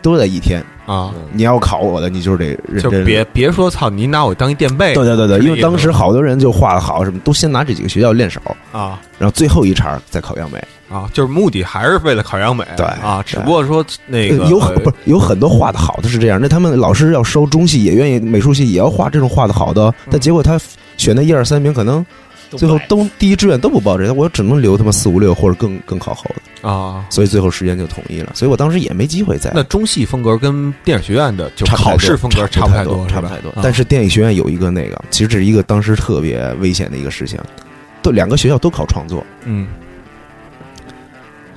Speaker 3: 都在一天。
Speaker 2: 啊，
Speaker 3: 你要考我的，你就是得认
Speaker 2: 就
Speaker 3: 真。
Speaker 2: 别别说操，你拿我当一垫背
Speaker 3: 对对对对，
Speaker 2: 是
Speaker 3: 因
Speaker 2: 这
Speaker 3: 为
Speaker 2: 意思
Speaker 3: 当时好多人就画的好，什么都先拿这几个学校练手，
Speaker 2: 啊
Speaker 3: 然后最后一茬再考央美。
Speaker 2: 啊，就是目的还是为了考央美，
Speaker 3: 对
Speaker 2: 啊，只
Speaker 3: 对
Speaker 2: 不过说那个
Speaker 3: 呃有很不是有很多画的好的是这样，那他们老师要收中戏，也愿意美术系也要画这种画的好的，但结果他选的一二三名，可能最后都第一志愿都不报这个，我只能留他妈四五六或者更更靠后的，
Speaker 2: 啊。
Speaker 3: 所以最后时间就统一了，所以我当时也没机会再
Speaker 2: 那中戏风格跟电影学院的就
Speaker 3: 差不太
Speaker 2: 考
Speaker 3: 多
Speaker 2: 试风格
Speaker 3: 差
Speaker 2: 不
Speaker 3: 不
Speaker 2: 太
Speaker 3: 多，
Speaker 2: 是
Speaker 3: 差不
Speaker 2: 吧
Speaker 3: 太多
Speaker 2: 啊。
Speaker 3: 但是电影学院有一个那个，其实这是一个当时特别危险的一个事情，都两个学校都考创作，
Speaker 2: 嗯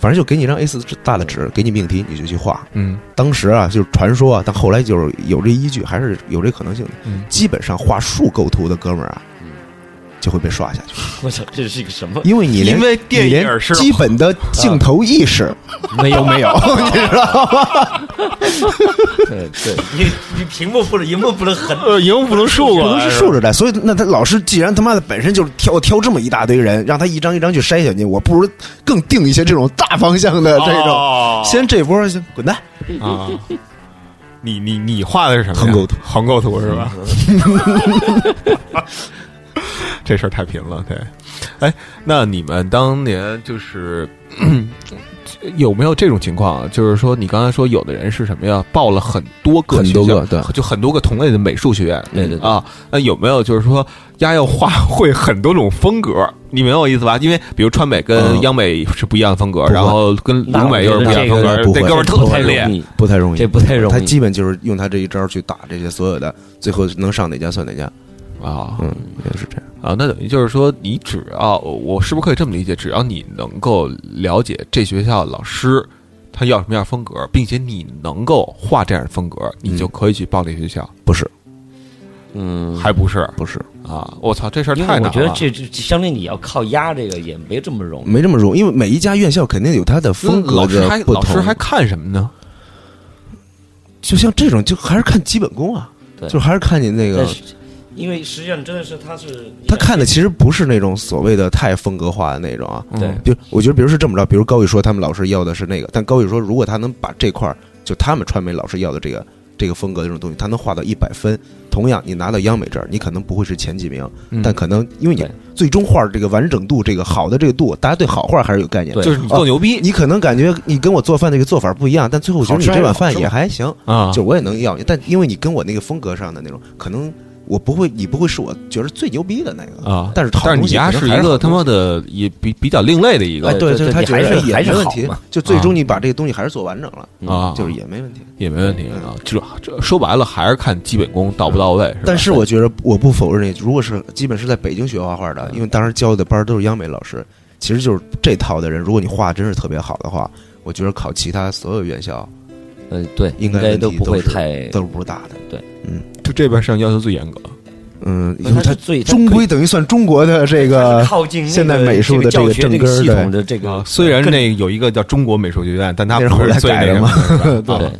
Speaker 3: 反正就给你一张 A 四大的纸，给你命题，你就去画。
Speaker 2: 嗯
Speaker 3: 当时啊，就是传说啊，但后来就是有这依据，还是有这可能性的。
Speaker 2: 嗯
Speaker 3: 基本上画树构图的哥们儿啊
Speaker 4: 嗯，
Speaker 3: 就会被刷下去，[LAUGHS]
Speaker 4: 我操，这是一个什么？
Speaker 3: 因为你连
Speaker 1: 因为电
Speaker 3: 你
Speaker 1: 影
Speaker 3: 连
Speaker 1: 是啊
Speaker 3: 基本的镜头意识
Speaker 4: 没
Speaker 3: 都
Speaker 4: 有，
Speaker 3: 没
Speaker 1: [LAUGHS]
Speaker 3: 有，你知道吗？
Speaker 4: [LAUGHS] 对对，
Speaker 1: 你你屏幕不能，荧幕不能很
Speaker 5: 呃，荧幕不能竖
Speaker 3: [LAUGHS] 不
Speaker 5: 过
Speaker 3: 能
Speaker 5: 来，
Speaker 3: 是竖着的，所以那他老师既然他妈的本身就是挑挑这么一大堆人，让他一张一张去筛选去，我不如更定一些这种大方向的这种，
Speaker 5: 哦
Speaker 3: 先这波先滚蛋，
Speaker 5: 啊。你你你画的是什么呀？
Speaker 3: 横构图
Speaker 5: 横构图是
Speaker 4: [LAUGHS]
Speaker 5: 吧？
Speaker 3: 嗯
Speaker 5: 这事儿太贫了，对。
Speaker 2: 哎，那你们当年就是 [CLEARS THROAT] 咳有没有这种情况啊？就是说，你刚才说有的人是什么呀？报了很多个
Speaker 3: 很
Speaker 2: 学
Speaker 3: 多
Speaker 2: 校
Speaker 3: 个对
Speaker 2: 就很多个同类的美术学院，
Speaker 4: 对对对
Speaker 2: 啊。那有没有就是说，丫要画 [LAUGHS] 会很多种风格？你明白我意思吧？因为比如川美跟
Speaker 3: 嗯
Speaker 2: 央美是不一样的风格，
Speaker 3: 不会
Speaker 2: 然后跟鲁美又是不一样的风格
Speaker 3: 我觉
Speaker 4: 那
Speaker 3: 得这个，不会
Speaker 2: 那哥们儿特
Speaker 4: 不太
Speaker 2: 分裂
Speaker 4: 容。易，
Speaker 3: 不太容易
Speaker 4: 这。不太容
Speaker 3: 他
Speaker 4: 易。
Speaker 3: 基本就是用他这一招去打这些所有的，最后能上哪家算哪家。
Speaker 2: 啊
Speaker 3: 嗯，也是这样。
Speaker 2: 啊，那等于就是说，你只要我是不是可以这么理解？只要你能够了解这学校老师他要什么样风格，并且你能够画这样的风格，
Speaker 3: 嗯
Speaker 2: 你就可以去报那学校，
Speaker 3: 不是，
Speaker 4: 嗯，
Speaker 2: 还不是
Speaker 3: 不是，
Speaker 2: 啊？我操，这事儿
Speaker 4: 因
Speaker 2: 太
Speaker 4: 为
Speaker 2: 难
Speaker 4: 我
Speaker 2: 了。
Speaker 4: 觉得这这相对你要靠压这个也没这么容易。
Speaker 3: 没这么容易，因为每一家院校肯定有它的风
Speaker 2: 那
Speaker 3: 格
Speaker 2: 老师还
Speaker 3: 的不
Speaker 2: 老师
Speaker 3: 同。
Speaker 2: 还看什么呢？
Speaker 3: 就像这种，就还是看基本功啊，
Speaker 4: 对
Speaker 3: 就还是看你那个
Speaker 4: 但是因为实际上真的是他是
Speaker 3: 他嗯看的其实不是那种所谓的太风格化的那种啊。
Speaker 4: 对
Speaker 2: 嗯
Speaker 3: 比如，我觉得，比如是这么着，比如高宇说他们老师要的是那个，但高宇说，如果他能把这块儿，就他们川美老师要的这个这个风格的这种东西，他能画到一百分，同样你拿到央美这儿，你可能不会是前几名，
Speaker 2: 嗯
Speaker 3: 但可能因为你
Speaker 4: 对
Speaker 3: 最终画这个完整度，这个好的这个度，大家对好画还是有概念的。
Speaker 2: 就
Speaker 4: 对
Speaker 2: 是你做牛逼
Speaker 3: 你可能感觉你跟我做饭那个做法不一样，但最后我觉得你
Speaker 1: 好吃
Speaker 3: 这碗
Speaker 1: 好
Speaker 3: 饭
Speaker 1: 吃
Speaker 3: 也还行，
Speaker 2: 啊，
Speaker 3: 就我也能要你，但因为你跟我那个风格上的那种，可能我不会，你不会是我觉得最牛逼的那个
Speaker 2: 啊。
Speaker 3: 但是好
Speaker 2: 但是
Speaker 3: 东
Speaker 2: 你
Speaker 3: 西
Speaker 2: 家
Speaker 3: 可能
Speaker 2: 是
Speaker 3: 还
Speaker 2: 一
Speaker 3: 好
Speaker 2: 个他
Speaker 3: 东西
Speaker 2: 妈的也比比较另类的一个
Speaker 3: 哎，对
Speaker 4: 对对
Speaker 3: 他
Speaker 4: 你
Speaker 3: 觉
Speaker 4: 还
Speaker 3: 得
Speaker 4: 是
Speaker 3: 也
Speaker 4: 还是
Speaker 3: 没问
Speaker 4: 好
Speaker 3: 题
Speaker 4: 嘛，
Speaker 3: 就最
Speaker 2: 啊
Speaker 3: 终你把这个东西还是做完整了，
Speaker 4: 嗯
Speaker 2: 啊，
Speaker 3: 就是也没问题。
Speaker 2: 也没问题
Speaker 3: 嗯
Speaker 2: 啊。就这说白了还是看基本功到不到位。吧
Speaker 3: 但是我觉得我不否认，如果是基本是在北京学画画的，因为当时教的班儿都是央美老师，其实就是这套的人，如果你画真是特别好的话，我觉得考其他所有院校
Speaker 4: 呃对，
Speaker 3: 应
Speaker 4: 应
Speaker 3: 该
Speaker 4: 该
Speaker 3: 问题
Speaker 4: 都不会
Speaker 3: 是
Speaker 4: 太，
Speaker 3: 都是不大的。
Speaker 2: [LAUGHS] 就这边上要求最严格，
Speaker 3: 嗯，因
Speaker 4: 他
Speaker 3: 为它
Speaker 4: 是最它
Speaker 3: 终
Speaker 4: 可
Speaker 3: 归等于算中国的这
Speaker 4: 它
Speaker 3: 个
Speaker 4: 是靠近那个
Speaker 3: 现代美术的
Speaker 4: 这
Speaker 3: 这个
Speaker 4: 教学
Speaker 3: 正
Speaker 4: 这
Speaker 3: 根儿
Speaker 4: 系
Speaker 3: 对
Speaker 4: 统的这个
Speaker 2: 啊，虽然那有一个叫中国美术学院，但它
Speaker 3: 那是
Speaker 2: 不
Speaker 3: 后来
Speaker 2: 最
Speaker 3: 改的
Speaker 2: 那 [LAUGHS]
Speaker 3: 嘛 [LAUGHS]
Speaker 2: 个的
Speaker 4: 对
Speaker 2: 啊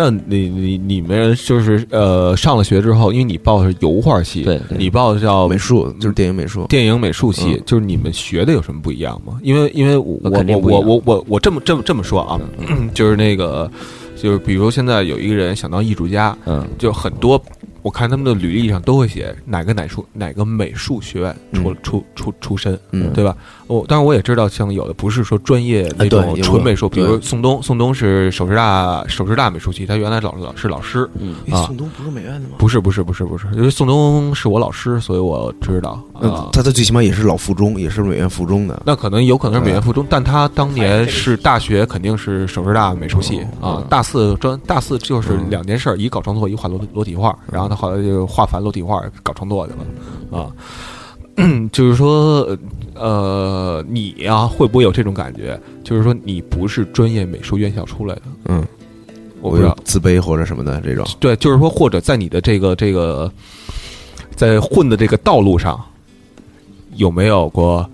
Speaker 2: 那你你你们就是呃上了学之后，因为你报的是油画系，
Speaker 4: 对对
Speaker 2: 你报的叫
Speaker 3: 美术，就是电影美术。
Speaker 2: 电影美术系，
Speaker 3: 嗯
Speaker 2: 就是你们学的有什么不一样吗？因为因为我
Speaker 4: 那
Speaker 2: 我
Speaker 4: 肯定不一
Speaker 2: 我
Speaker 4: 样嗯
Speaker 2: 我我我这么这么这么说啊， [CLEARS THROAT] 就是那个就是比如现在有一个人想当艺术家，
Speaker 4: 嗯，
Speaker 2: 就很多我看他们的履历上都会写哪个哪术哪个美术学院
Speaker 4: 嗯
Speaker 2: 出、出出出身，
Speaker 3: 嗯
Speaker 2: 对吧？我当然我也知道，像有的不是说专业那
Speaker 3: 啊
Speaker 2: 种
Speaker 3: 对
Speaker 2: 纯美术，
Speaker 3: 有
Speaker 2: 比
Speaker 3: 对
Speaker 2: 如宋东，宋东是首师大首师大美术系，他原来老老是老师，
Speaker 4: 嗯
Speaker 2: 啊
Speaker 3: 宋冬不是美院的吗？
Speaker 2: 不是不是不是不是，因为宋东是我老师，所以我知道啊。
Speaker 3: 嗯，他他最起码也是老附中，也是美院附中的。
Speaker 2: 那可能有可能是美院附中，但他当年是大学，肯定是首师大美术系啊。大四专大四就是两件事儿，一搞创作，一画裸裸体画。然后他后来就画烦裸体画，搞创作去了啊。 [CLEARS THROAT] 就是说，呃，你呀、会不会有这种感觉？就是说，你不是专业美术院校出来的，
Speaker 3: 嗯，
Speaker 2: 我不知道
Speaker 3: 有。自卑或者什么的这种。
Speaker 2: 对，就是说，或者在你的这个这个在混的这个道路上，有没有过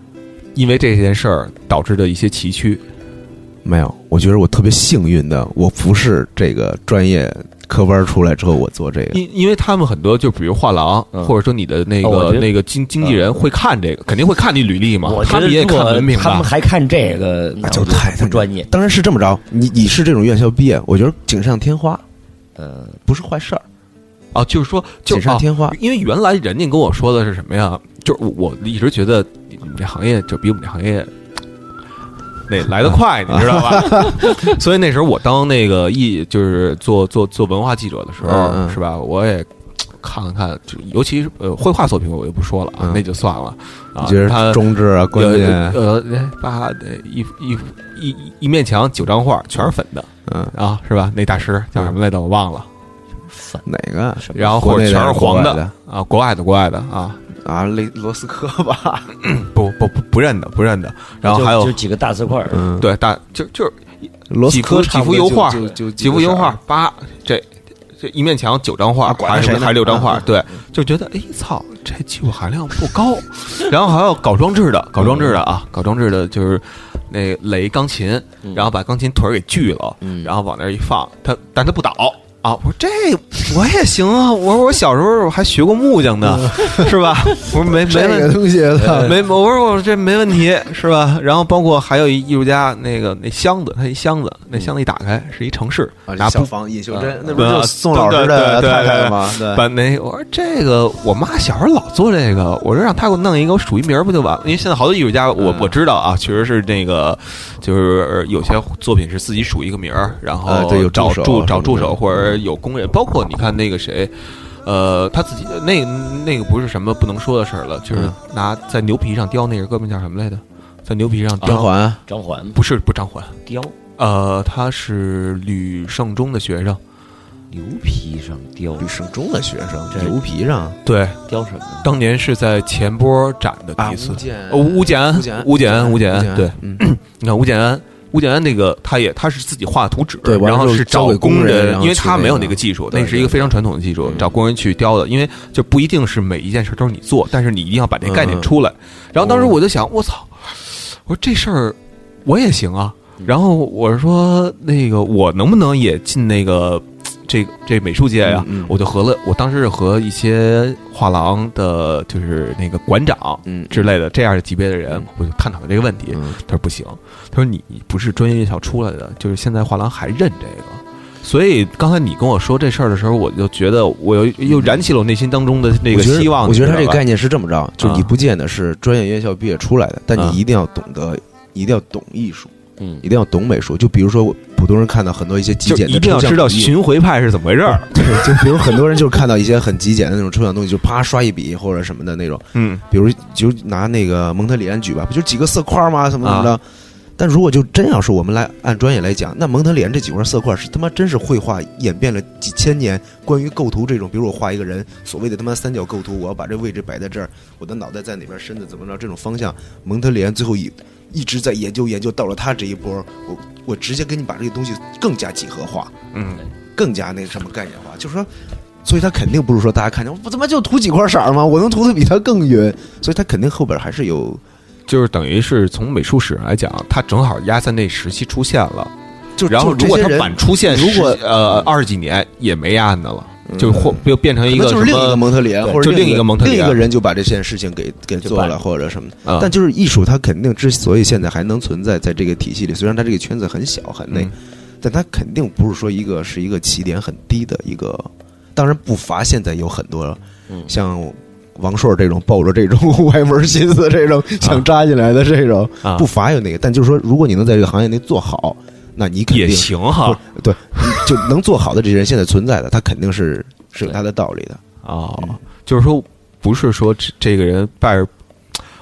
Speaker 2: 因为这件事儿导致的一些崎岖？
Speaker 3: 没有，我觉得我特别幸运的，我不是这个专业科班出来之后，我做这个。
Speaker 2: 因因为他们很多，就比如画廊，
Speaker 4: 嗯
Speaker 2: 或者说你的那
Speaker 4: 哦我
Speaker 2: 个
Speaker 4: 觉得嗯
Speaker 2: 那个经经纪人会看这个，肯定会看你履历嘛，
Speaker 4: 我觉
Speaker 2: 他
Speaker 4: 得
Speaker 2: 们也
Speaker 4: 如果
Speaker 2: 看文凭
Speaker 4: 他们
Speaker 2: 吧。
Speaker 4: 还看这个，
Speaker 3: 那就太
Speaker 4: 不专业。
Speaker 3: 当然是这么着，你你是这种院校毕业，我觉得锦上添花
Speaker 4: 呃，
Speaker 3: 不是坏 [LAUGHS] 事儿，
Speaker 2: 啊，就是说，就
Speaker 3: 锦上
Speaker 2: 啊
Speaker 3: 添花。
Speaker 2: 因为原来人家跟我说的是什么呀？就是我我一直觉得你们这行业就比我们这行业那来得
Speaker 3: [LAUGHS]
Speaker 2: 快，你知道吧？ [LAUGHS] 所以那时候我当那个艺就是做做做文化记者的时候，
Speaker 3: 嗯嗯
Speaker 2: 是吧？我也看了看，就尤其是呃绘画作品，我就不说了啊，
Speaker 3: 嗯
Speaker 2: 那就算了啊
Speaker 3: 你。觉
Speaker 2: 他
Speaker 3: 得中职啊，关键
Speaker 2: 呃呃，哎把一一一一面墙九张画全是粉的
Speaker 3: 嗯
Speaker 2: 啊，是吧？那大师叫什么来着？我忘了。
Speaker 4: 反
Speaker 3: 哪个？
Speaker 2: 然后
Speaker 3: 国
Speaker 2: 或者
Speaker 3: 内的
Speaker 2: 全是黄
Speaker 3: 国外
Speaker 2: 啊，国外的国外的啊，
Speaker 3: 的啊，雷罗斯科吧，
Speaker 2: 不不不不认得不认得，然后
Speaker 4: 就
Speaker 2: 还
Speaker 4: 就
Speaker 2: 有
Speaker 4: 几个大字块儿，
Speaker 3: 嗯，
Speaker 2: 对大就就是
Speaker 3: 罗斯
Speaker 2: 几幅
Speaker 3: 科差不
Speaker 2: 几幅
Speaker 3: 多
Speaker 2: 油
Speaker 3: 就
Speaker 2: 画
Speaker 3: 就就
Speaker 2: 几幅油画，，八这就一面墙九张画，
Speaker 3: 啊管他
Speaker 2: 还是
Speaker 3: 谁呢
Speaker 2: 还是六张画
Speaker 3: 嗯，
Speaker 2: 对，就觉得哎操，这技术含量不
Speaker 3: [LAUGHS]
Speaker 2: 高，然后还要搞装置的，搞装置的
Speaker 3: 嗯
Speaker 2: 啊，搞装置的就是那垒钢琴，然后把钢琴腿儿给锯了，
Speaker 3: 嗯
Speaker 2: 然后往那儿一放，它但它不倒。啊！我说
Speaker 3: [LAUGHS]
Speaker 2: 这我也行啊！我说我小时候还学过木匠呢，
Speaker 3: 嗯
Speaker 2: 是吧？我说
Speaker 3: [LAUGHS]
Speaker 2: 没没
Speaker 3: 这
Speaker 2: 问
Speaker 3: 个东西
Speaker 2: 呃没，我说我这没问题是吧？然后包括还有一艺术家那个那箱子，他一箱子，那箱子一打开是一城市，拿
Speaker 3: 啊，
Speaker 2: 布
Speaker 3: 小房尹秀
Speaker 2: 啊
Speaker 3: 珍，那不是就是宋老师
Speaker 2: 对对
Speaker 3: 的
Speaker 2: 对
Speaker 3: 太
Speaker 2: 对
Speaker 3: 太吗？对，
Speaker 2: 把那我说这个我妈小时候老做这个，我说让她给我弄一个，我署一名儿不就完了？因为现在好多艺术家，我
Speaker 3: 嗯
Speaker 2: 我知道啊，确实是那个就是有些作品是自己署一个名儿，然后
Speaker 3: 呃对有
Speaker 2: 找
Speaker 3: 助手
Speaker 2: 助
Speaker 3: 什
Speaker 2: 找
Speaker 3: 么
Speaker 2: 助
Speaker 3: 的嗯
Speaker 2: 手或者有工人，包括你看那个谁。呃，他自己那那个不是什么不能说的事儿了，就是
Speaker 3: 嗯
Speaker 2: 拿在牛皮上雕那个哥们叫什么来着？在牛皮上雕
Speaker 3: 张环
Speaker 4: 张环
Speaker 2: 不是不是张环，
Speaker 4: 雕
Speaker 2: 呃，他是吕胜中的学生，
Speaker 4: 牛皮上雕
Speaker 3: 吕胜中的学生，
Speaker 4: 这
Speaker 3: 牛皮上
Speaker 2: 对，
Speaker 4: 雕什么？
Speaker 2: 当年是在前波展的
Speaker 3: 啊
Speaker 2: 第一次。
Speaker 3: 建
Speaker 2: 呃吴简安
Speaker 3: 哦吴简
Speaker 2: 吴简安
Speaker 3: 安
Speaker 2: 吴简安对，
Speaker 3: 嗯，
Speaker 2: 你看吴建安，吴建安那个他也他是自己画图纸，
Speaker 3: 对完了
Speaker 2: 然后
Speaker 3: 就是是
Speaker 2: 找
Speaker 3: 交给工
Speaker 2: 工
Speaker 3: 人
Speaker 2: 人，
Speaker 3: 然后
Speaker 2: 因为
Speaker 3: 去
Speaker 2: 他
Speaker 3: 那
Speaker 2: 没有
Speaker 3: 个
Speaker 2: 那个技术，
Speaker 3: 对
Speaker 2: 那是一个
Speaker 3: 对
Speaker 2: 非常传统的技术，
Speaker 3: 嗯
Speaker 2: 找工人去雕的，因为就不一定是每一件事都是你做，但是你一定要把这概念
Speaker 3: 嗯
Speaker 2: 出来。然后当时我就想，我操，我说这事儿我也行啊。
Speaker 3: 嗯
Speaker 2: 然后我说那个我能不能也进那个这这美术界呀、
Speaker 3: 嗯嗯
Speaker 2: 我就和了，我当时是和一些画廊的，就是那个馆长
Speaker 3: 嗯
Speaker 2: 之类的这样的级别的人，我就探讨了这个问题。
Speaker 3: 嗯
Speaker 2: 他说不行，他说你不是专业院校出来的，就是现在画廊还认这个。所以刚才你跟我说这事儿的时候，我就觉得我又又燃起了我内心当中的那个
Speaker 3: 我觉得
Speaker 2: 希望。
Speaker 3: 我觉
Speaker 2: 你
Speaker 3: 得他
Speaker 2: 知道
Speaker 3: 这个
Speaker 2: 吧
Speaker 3: 概念是这么着，就是你不见得是专业院校毕业出来的，但
Speaker 2: 啊
Speaker 3: 你一定要懂得，一定要懂艺术，
Speaker 4: 嗯，
Speaker 3: 一定要懂美术。就比如说，普通人看到很多一些极
Speaker 2: 就
Speaker 3: 简的
Speaker 2: 一定要
Speaker 3: 抽象
Speaker 2: 知道
Speaker 3: 主义
Speaker 2: 巡回派是怎么回事儿。
Speaker 3: 对，就比如很多人就是看到一些很极简的那种抽象东西，就啪刷一笔或者什么的那种。
Speaker 2: 嗯，
Speaker 3: 比如就拿那个蒙特里安举吧，不就几个色块吗？什么怎么着？但如果就真要是我们来按专业来讲，那蒙特里安这几块色块是他妈真是绘画演变了几千年关于构图这种，比如我画一个人所谓的他妈三角构图，我要把这位置摆在这儿，我的脑袋在哪边，身子怎么着这种方向，蒙特里安最后一一直在研究研究，到了他这一波，我我直接给你把这个东西更加几何化，
Speaker 2: 嗯，
Speaker 3: 更加那个什么概念化，就是说，所以他肯定不是说大家看见我他妈就涂几块色儿吗？我能涂的比他更匀，所以他肯定后边还是有，
Speaker 2: 就是等于是从美术史上来讲，他正好压在那时期出现了。
Speaker 3: 就
Speaker 2: 然后
Speaker 3: 就
Speaker 2: 如果
Speaker 3: 这
Speaker 2: 他
Speaker 3: 些人
Speaker 2: 晚出现十，
Speaker 3: 如果
Speaker 2: 呃二十几年也没案子了，
Speaker 3: 嗯
Speaker 2: 就或又变成
Speaker 3: 可
Speaker 2: 一
Speaker 3: 能
Speaker 2: 个
Speaker 3: 就
Speaker 2: 什
Speaker 3: 是另一
Speaker 2: 么
Speaker 3: 个蒙特里安，
Speaker 2: 对
Speaker 3: 或者
Speaker 2: 就另一个蒙特里安
Speaker 3: 另一个人就把这件事情给给
Speaker 4: 就
Speaker 3: 做
Speaker 4: 办
Speaker 3: 了，或者什么的。
Speaker 2: 啊
Speaker 3: 但就是艺术，它肯定之所以现在还能存在在这个体系里，虽然它这个圈子很小很那个
Speaker 2: 嗯
Speaker 3: 但它肯定不是说一个是一个起点很低的一个，当然不乏现在有很多，
Speaker 4: 嗯
Speaker 3: 像王朔这种抱着这种 [LAUGHS] 歪门心思这种想扎进来的这种，
Speaker 2: 啊
Speaker 3: 不乏有那个，但就是说，如果你能在这个行业内做好，那你肯定
Speaker 2: 也行哈
Speaker 3: 不对，你就能做好的这些人现在存在的，他肯定是是有
Speaker 4: 对
Speaker 3: 他的道理的。
Speaker 2: 哦，就是说不是说这这个人拜着，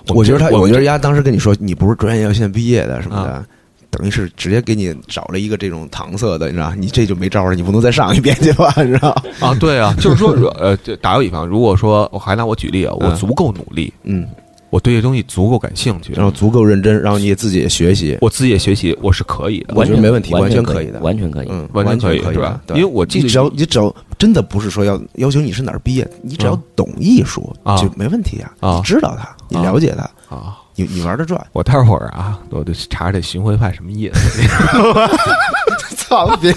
Speaker 2: 们
Speaker 3: 我觉得他，
Speaker 2: 这
Speaker 3: 我
Speaker 2: 们
Speaker 3: 觉
Speaker 2: 这啊
Speaker 3: 得丫当时跟你说你不是专业院线毕业的什么的，等于是直接给你找了一个这种搪塞的，你知道，你这就没招了，你不能再上一遍去吧， [LAUGHS] 你知道？
Speaker 2: 啊，对
Speaker 3: [LAUGHS]
Speaker 2: 啊，就是说，呃，就打个比方，如果说我还拿我举例啊，我
Speaker 3: 嗯
Speaker 2: 足够努力，
Speaker 3: 嗯，
Speaker 2: 我对这东西足够感兴趣，
Speaker 3: 然后足够认真，然后你也自己也学习，
Speaker 2: 我自己也学习，我是可以的，
Speaker 3: 我觉得没问题
Speaker 4: 完
Speaker 3: 完全可
Speaker 4: 以
Speaker 3: 以的
Speaker 4: 完全可以。
Speaker 3: 嗯，
Speaker 2: 完全
Speaker 3: 完
Speaker 2: 可以
Speaker 3: 以
Speaker 2: 是
Speaker 3: 的
Speaker 2: 吧
Speaker 3: 对
Speaker 2: 因为我记得
Speaker 3: 你只要你只要真的不是说要要求你是哪儿毕业，你只要
Speaker 2: 嗯
Speaker 3: 懂艺术
Speaker 2: 啊
Speaker 3: 就没问题啊，
Speaker 2: 啊
Speaker 3: 你知道它，你
Speaker 2: 啊
Speaker 3: 了解它，
Speaker 2: 啊。
Speaker 3: 你你玩得转。
Speaker 2: 我待会儿啊，我得查查这巡回派什么意思。
Speaker 3: [LAUGHS] 操 [LAUGHS] 别！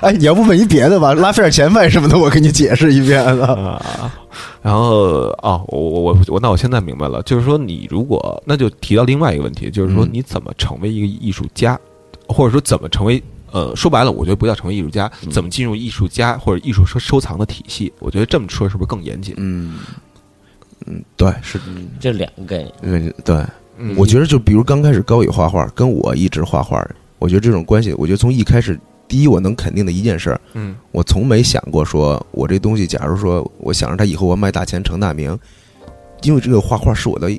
Speaker 3: 哎，你要不问一别的吧，拉斐尔前派什么的，我给你解释一遍了。
Speaker 2: 然后哦，我我我我，那我现在明白了，就是说你如果那就提到另外一个问题，就是说
Speaker 3: 嗯
Speaker 2: 你怎么成为一个艺术家，或者说怎么成为呃，说白了，我觉得不叫成为艺术家，
Speaker 3: 嗯
Speaker 2: 怎么进入艺术家或者艺术收收藏的体系？我觉得这么说是不是更严谨？
Speaker 3: 嗯嗯，对，是，
Speaker 4: 这两个概念，
Speaker 3: 嗯，对，
Speaker 2: 嗯
Speaker 3: 我觉得就比如刚开始高宇画画，跟我一直画画，我觉得这种关系，我觉得从一开始，第一，我能肯定的一件事儿，
Speaker 2: 嗯
Speaker 3: 我从没想过说我这东西，假如说我想着它以后我卖大钱成大名，因为这个画画是我的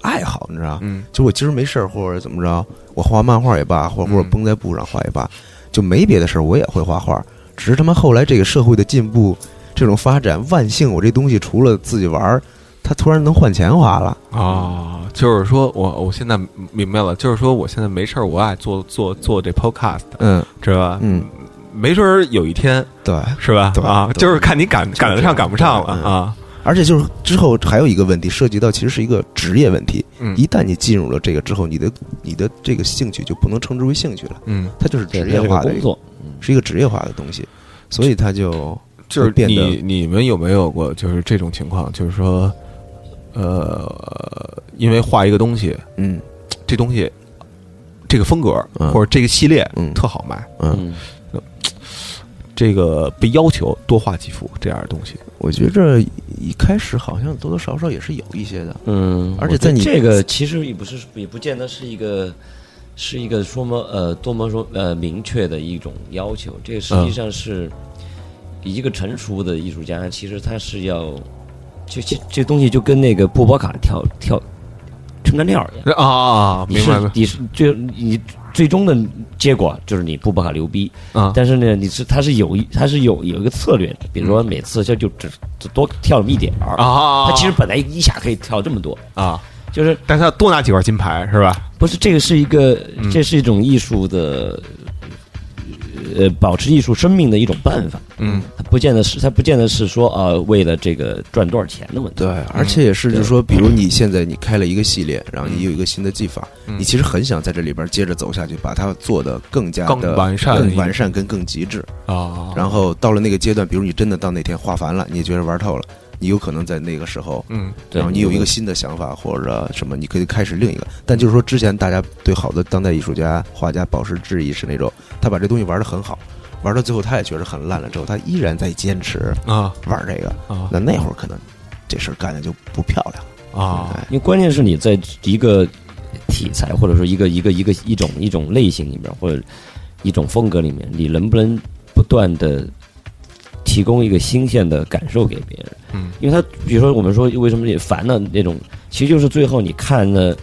Speaker 3: 爱好，你知道，
Speaker 2: 嗯
Speaker 3: 就我今儿没事儿或者怎么着，我画漫画也罢，或者或者
Speaker 2: 嗯
Speaker 3: 绷在布上画也罢，就没别的事儿，我也会画画。只是他妈后来这个社会的进步，这种发展，万幸我这东西除了自己玩儿，它突然能换钱花了。哦
Speaker 2: 啊，就是说我我现在明白了，就是说我现在没事儿，我爱做做做这 podcast，
Speaker 3: 嗯
Speaker 4: 啊
Speaker 2: 知道吧？
Speaker 3: 嗯，
Speaker 2: 没准儿有一天
Speaker 3: 对，
Speaker 2: 是吧？
Speaker 3: 对
Speaker 2: 啊，
Speaker 3: 对
Speaker 2: 就是看你赶赶得上赶不上了
Speaker 3: 嗯
Speaker 2: 啊。
Speaker 3: 而且就是之后还有一个问题，涉及到其实是一个职业问题。
Speaker 2: 嗯
Speaker 3: 一旦你进入了这个之后，你的你的这个兴趣就不能称之为兴趣了，
Speaker 2: 嗯，
Speaker 3: 它就是
Speaker 4: 对
Speaker 3: 职业
Speaker 4: 这是
Speaker 3: 化
Speaker 4: 个
Speaker 3: 的
Speaker 4: 工，作，
Speaker 3: 是一个职业化的东西，所以它就
Speaker 2: 就是
Speaker 3: 变得
Speaker 2: 你你们有没有过就是这种情况？就是说，呃，因为画一个东西，
Speaker 3: 嗯
Speaker 2: 这东西这个风格
Speaker 3: 嗯
Speaker 2: 或者这个系列
Speaker 3: 嗯
Speaker 2: 特好卖，
Speaker 3: 嗯，
Speaker 4: 嗯，
Speaker 2: 这个被要求多画几幅这样的东西。
Speaker 3: 我觉着一开始好像多多少少也是有一些的，
Speaker 4: 嗯，
Speaker 3: 而且
Speaker 4: 我觉
Speaker 3: 在
Speaker 4: 得
Speaker 3: 你
Speaker 4: 这个其实也不是，也不见得是一个，是一个说么呃多么说呃明确的一种要求。这个实
Speaker 3: 嗯
Speaker 4: 际上是一个成熟的艺术家，其实他是要，这这这东西就跟那个波波卡跳跳撑杆跳一样，
Speaker 2: 啊，
Speaker 4: 你
Speaker 2: 明白
Speaker 4: 是
Speaker 2: 了
Speaker 4: 你是最你最终的结果就是你波波卡牛逼，
Speaker 2: 啊，
Speaker 4: 但是呢，你是他是有一他是有有一个策略的，比如说
Speaker 3: 嗯
Speaker 4: 每次就就只只多跳那么一点儿
Speaker 2: 啊，
Speaker 4: 他其实本来一下可以跳这么多，
Speaker 2: 啊，
Speaker 4: 就是
Speaker 2: 但是他多拿几块金牌是吧？
Speaker 4: 不是这个是一个，这是一种艺术的，呃，保持艺术生命的一种办法。
Speaker 2: 嗯，
Speaker 4: 它不见得是，它不见得是说啊、为了这个赚多少钱的问题。
Speaker 3: 对，而且也是，就是说，比如你现在你开了一个系列，然后
Speaker 4: 嗯
Speaker 3: 你有一个新的技法，你其实很想在这里边接着走下去，把它做得更加的
Speaker 2: 更完善
Speaker 3: 更完善跟更极致。
Speaker 4: 哦
Speaker 2: 啊，
Speaker 3: 然后到了那个阶段，比如你真的到那天画烦了，你也觉得玩透了，你有可能在那个时候，
Speaker 2: 嗯
Speaker 4: 对
Speaker 3: 然后你有一个新的想法或者什么，你可以开始另一个。但就是说，之前大家对好的当代艺术家、画家保持质疑是那种，他把这东西玩得很好，玩到最后他也觉得很烂了，之后他依然在坚持
Speaker 2: 啊
Speaker 3: 玩这个。
Speaker 2: 啊
Speaker 3: 那那会儿可能这事儿干的就不漂亮。
Speaker 2: 啊，
Speaker 4: 因为关键是你在一个题材或者说一个一个一个一种一种类型里面或者一种风格里面，你能不能不断的提供一个新鲜的感受给别人？
Speaker 2: 嗯，
Speaker 4: 因为他比如说我们说为什么也烦了那种，其实就是最后你看了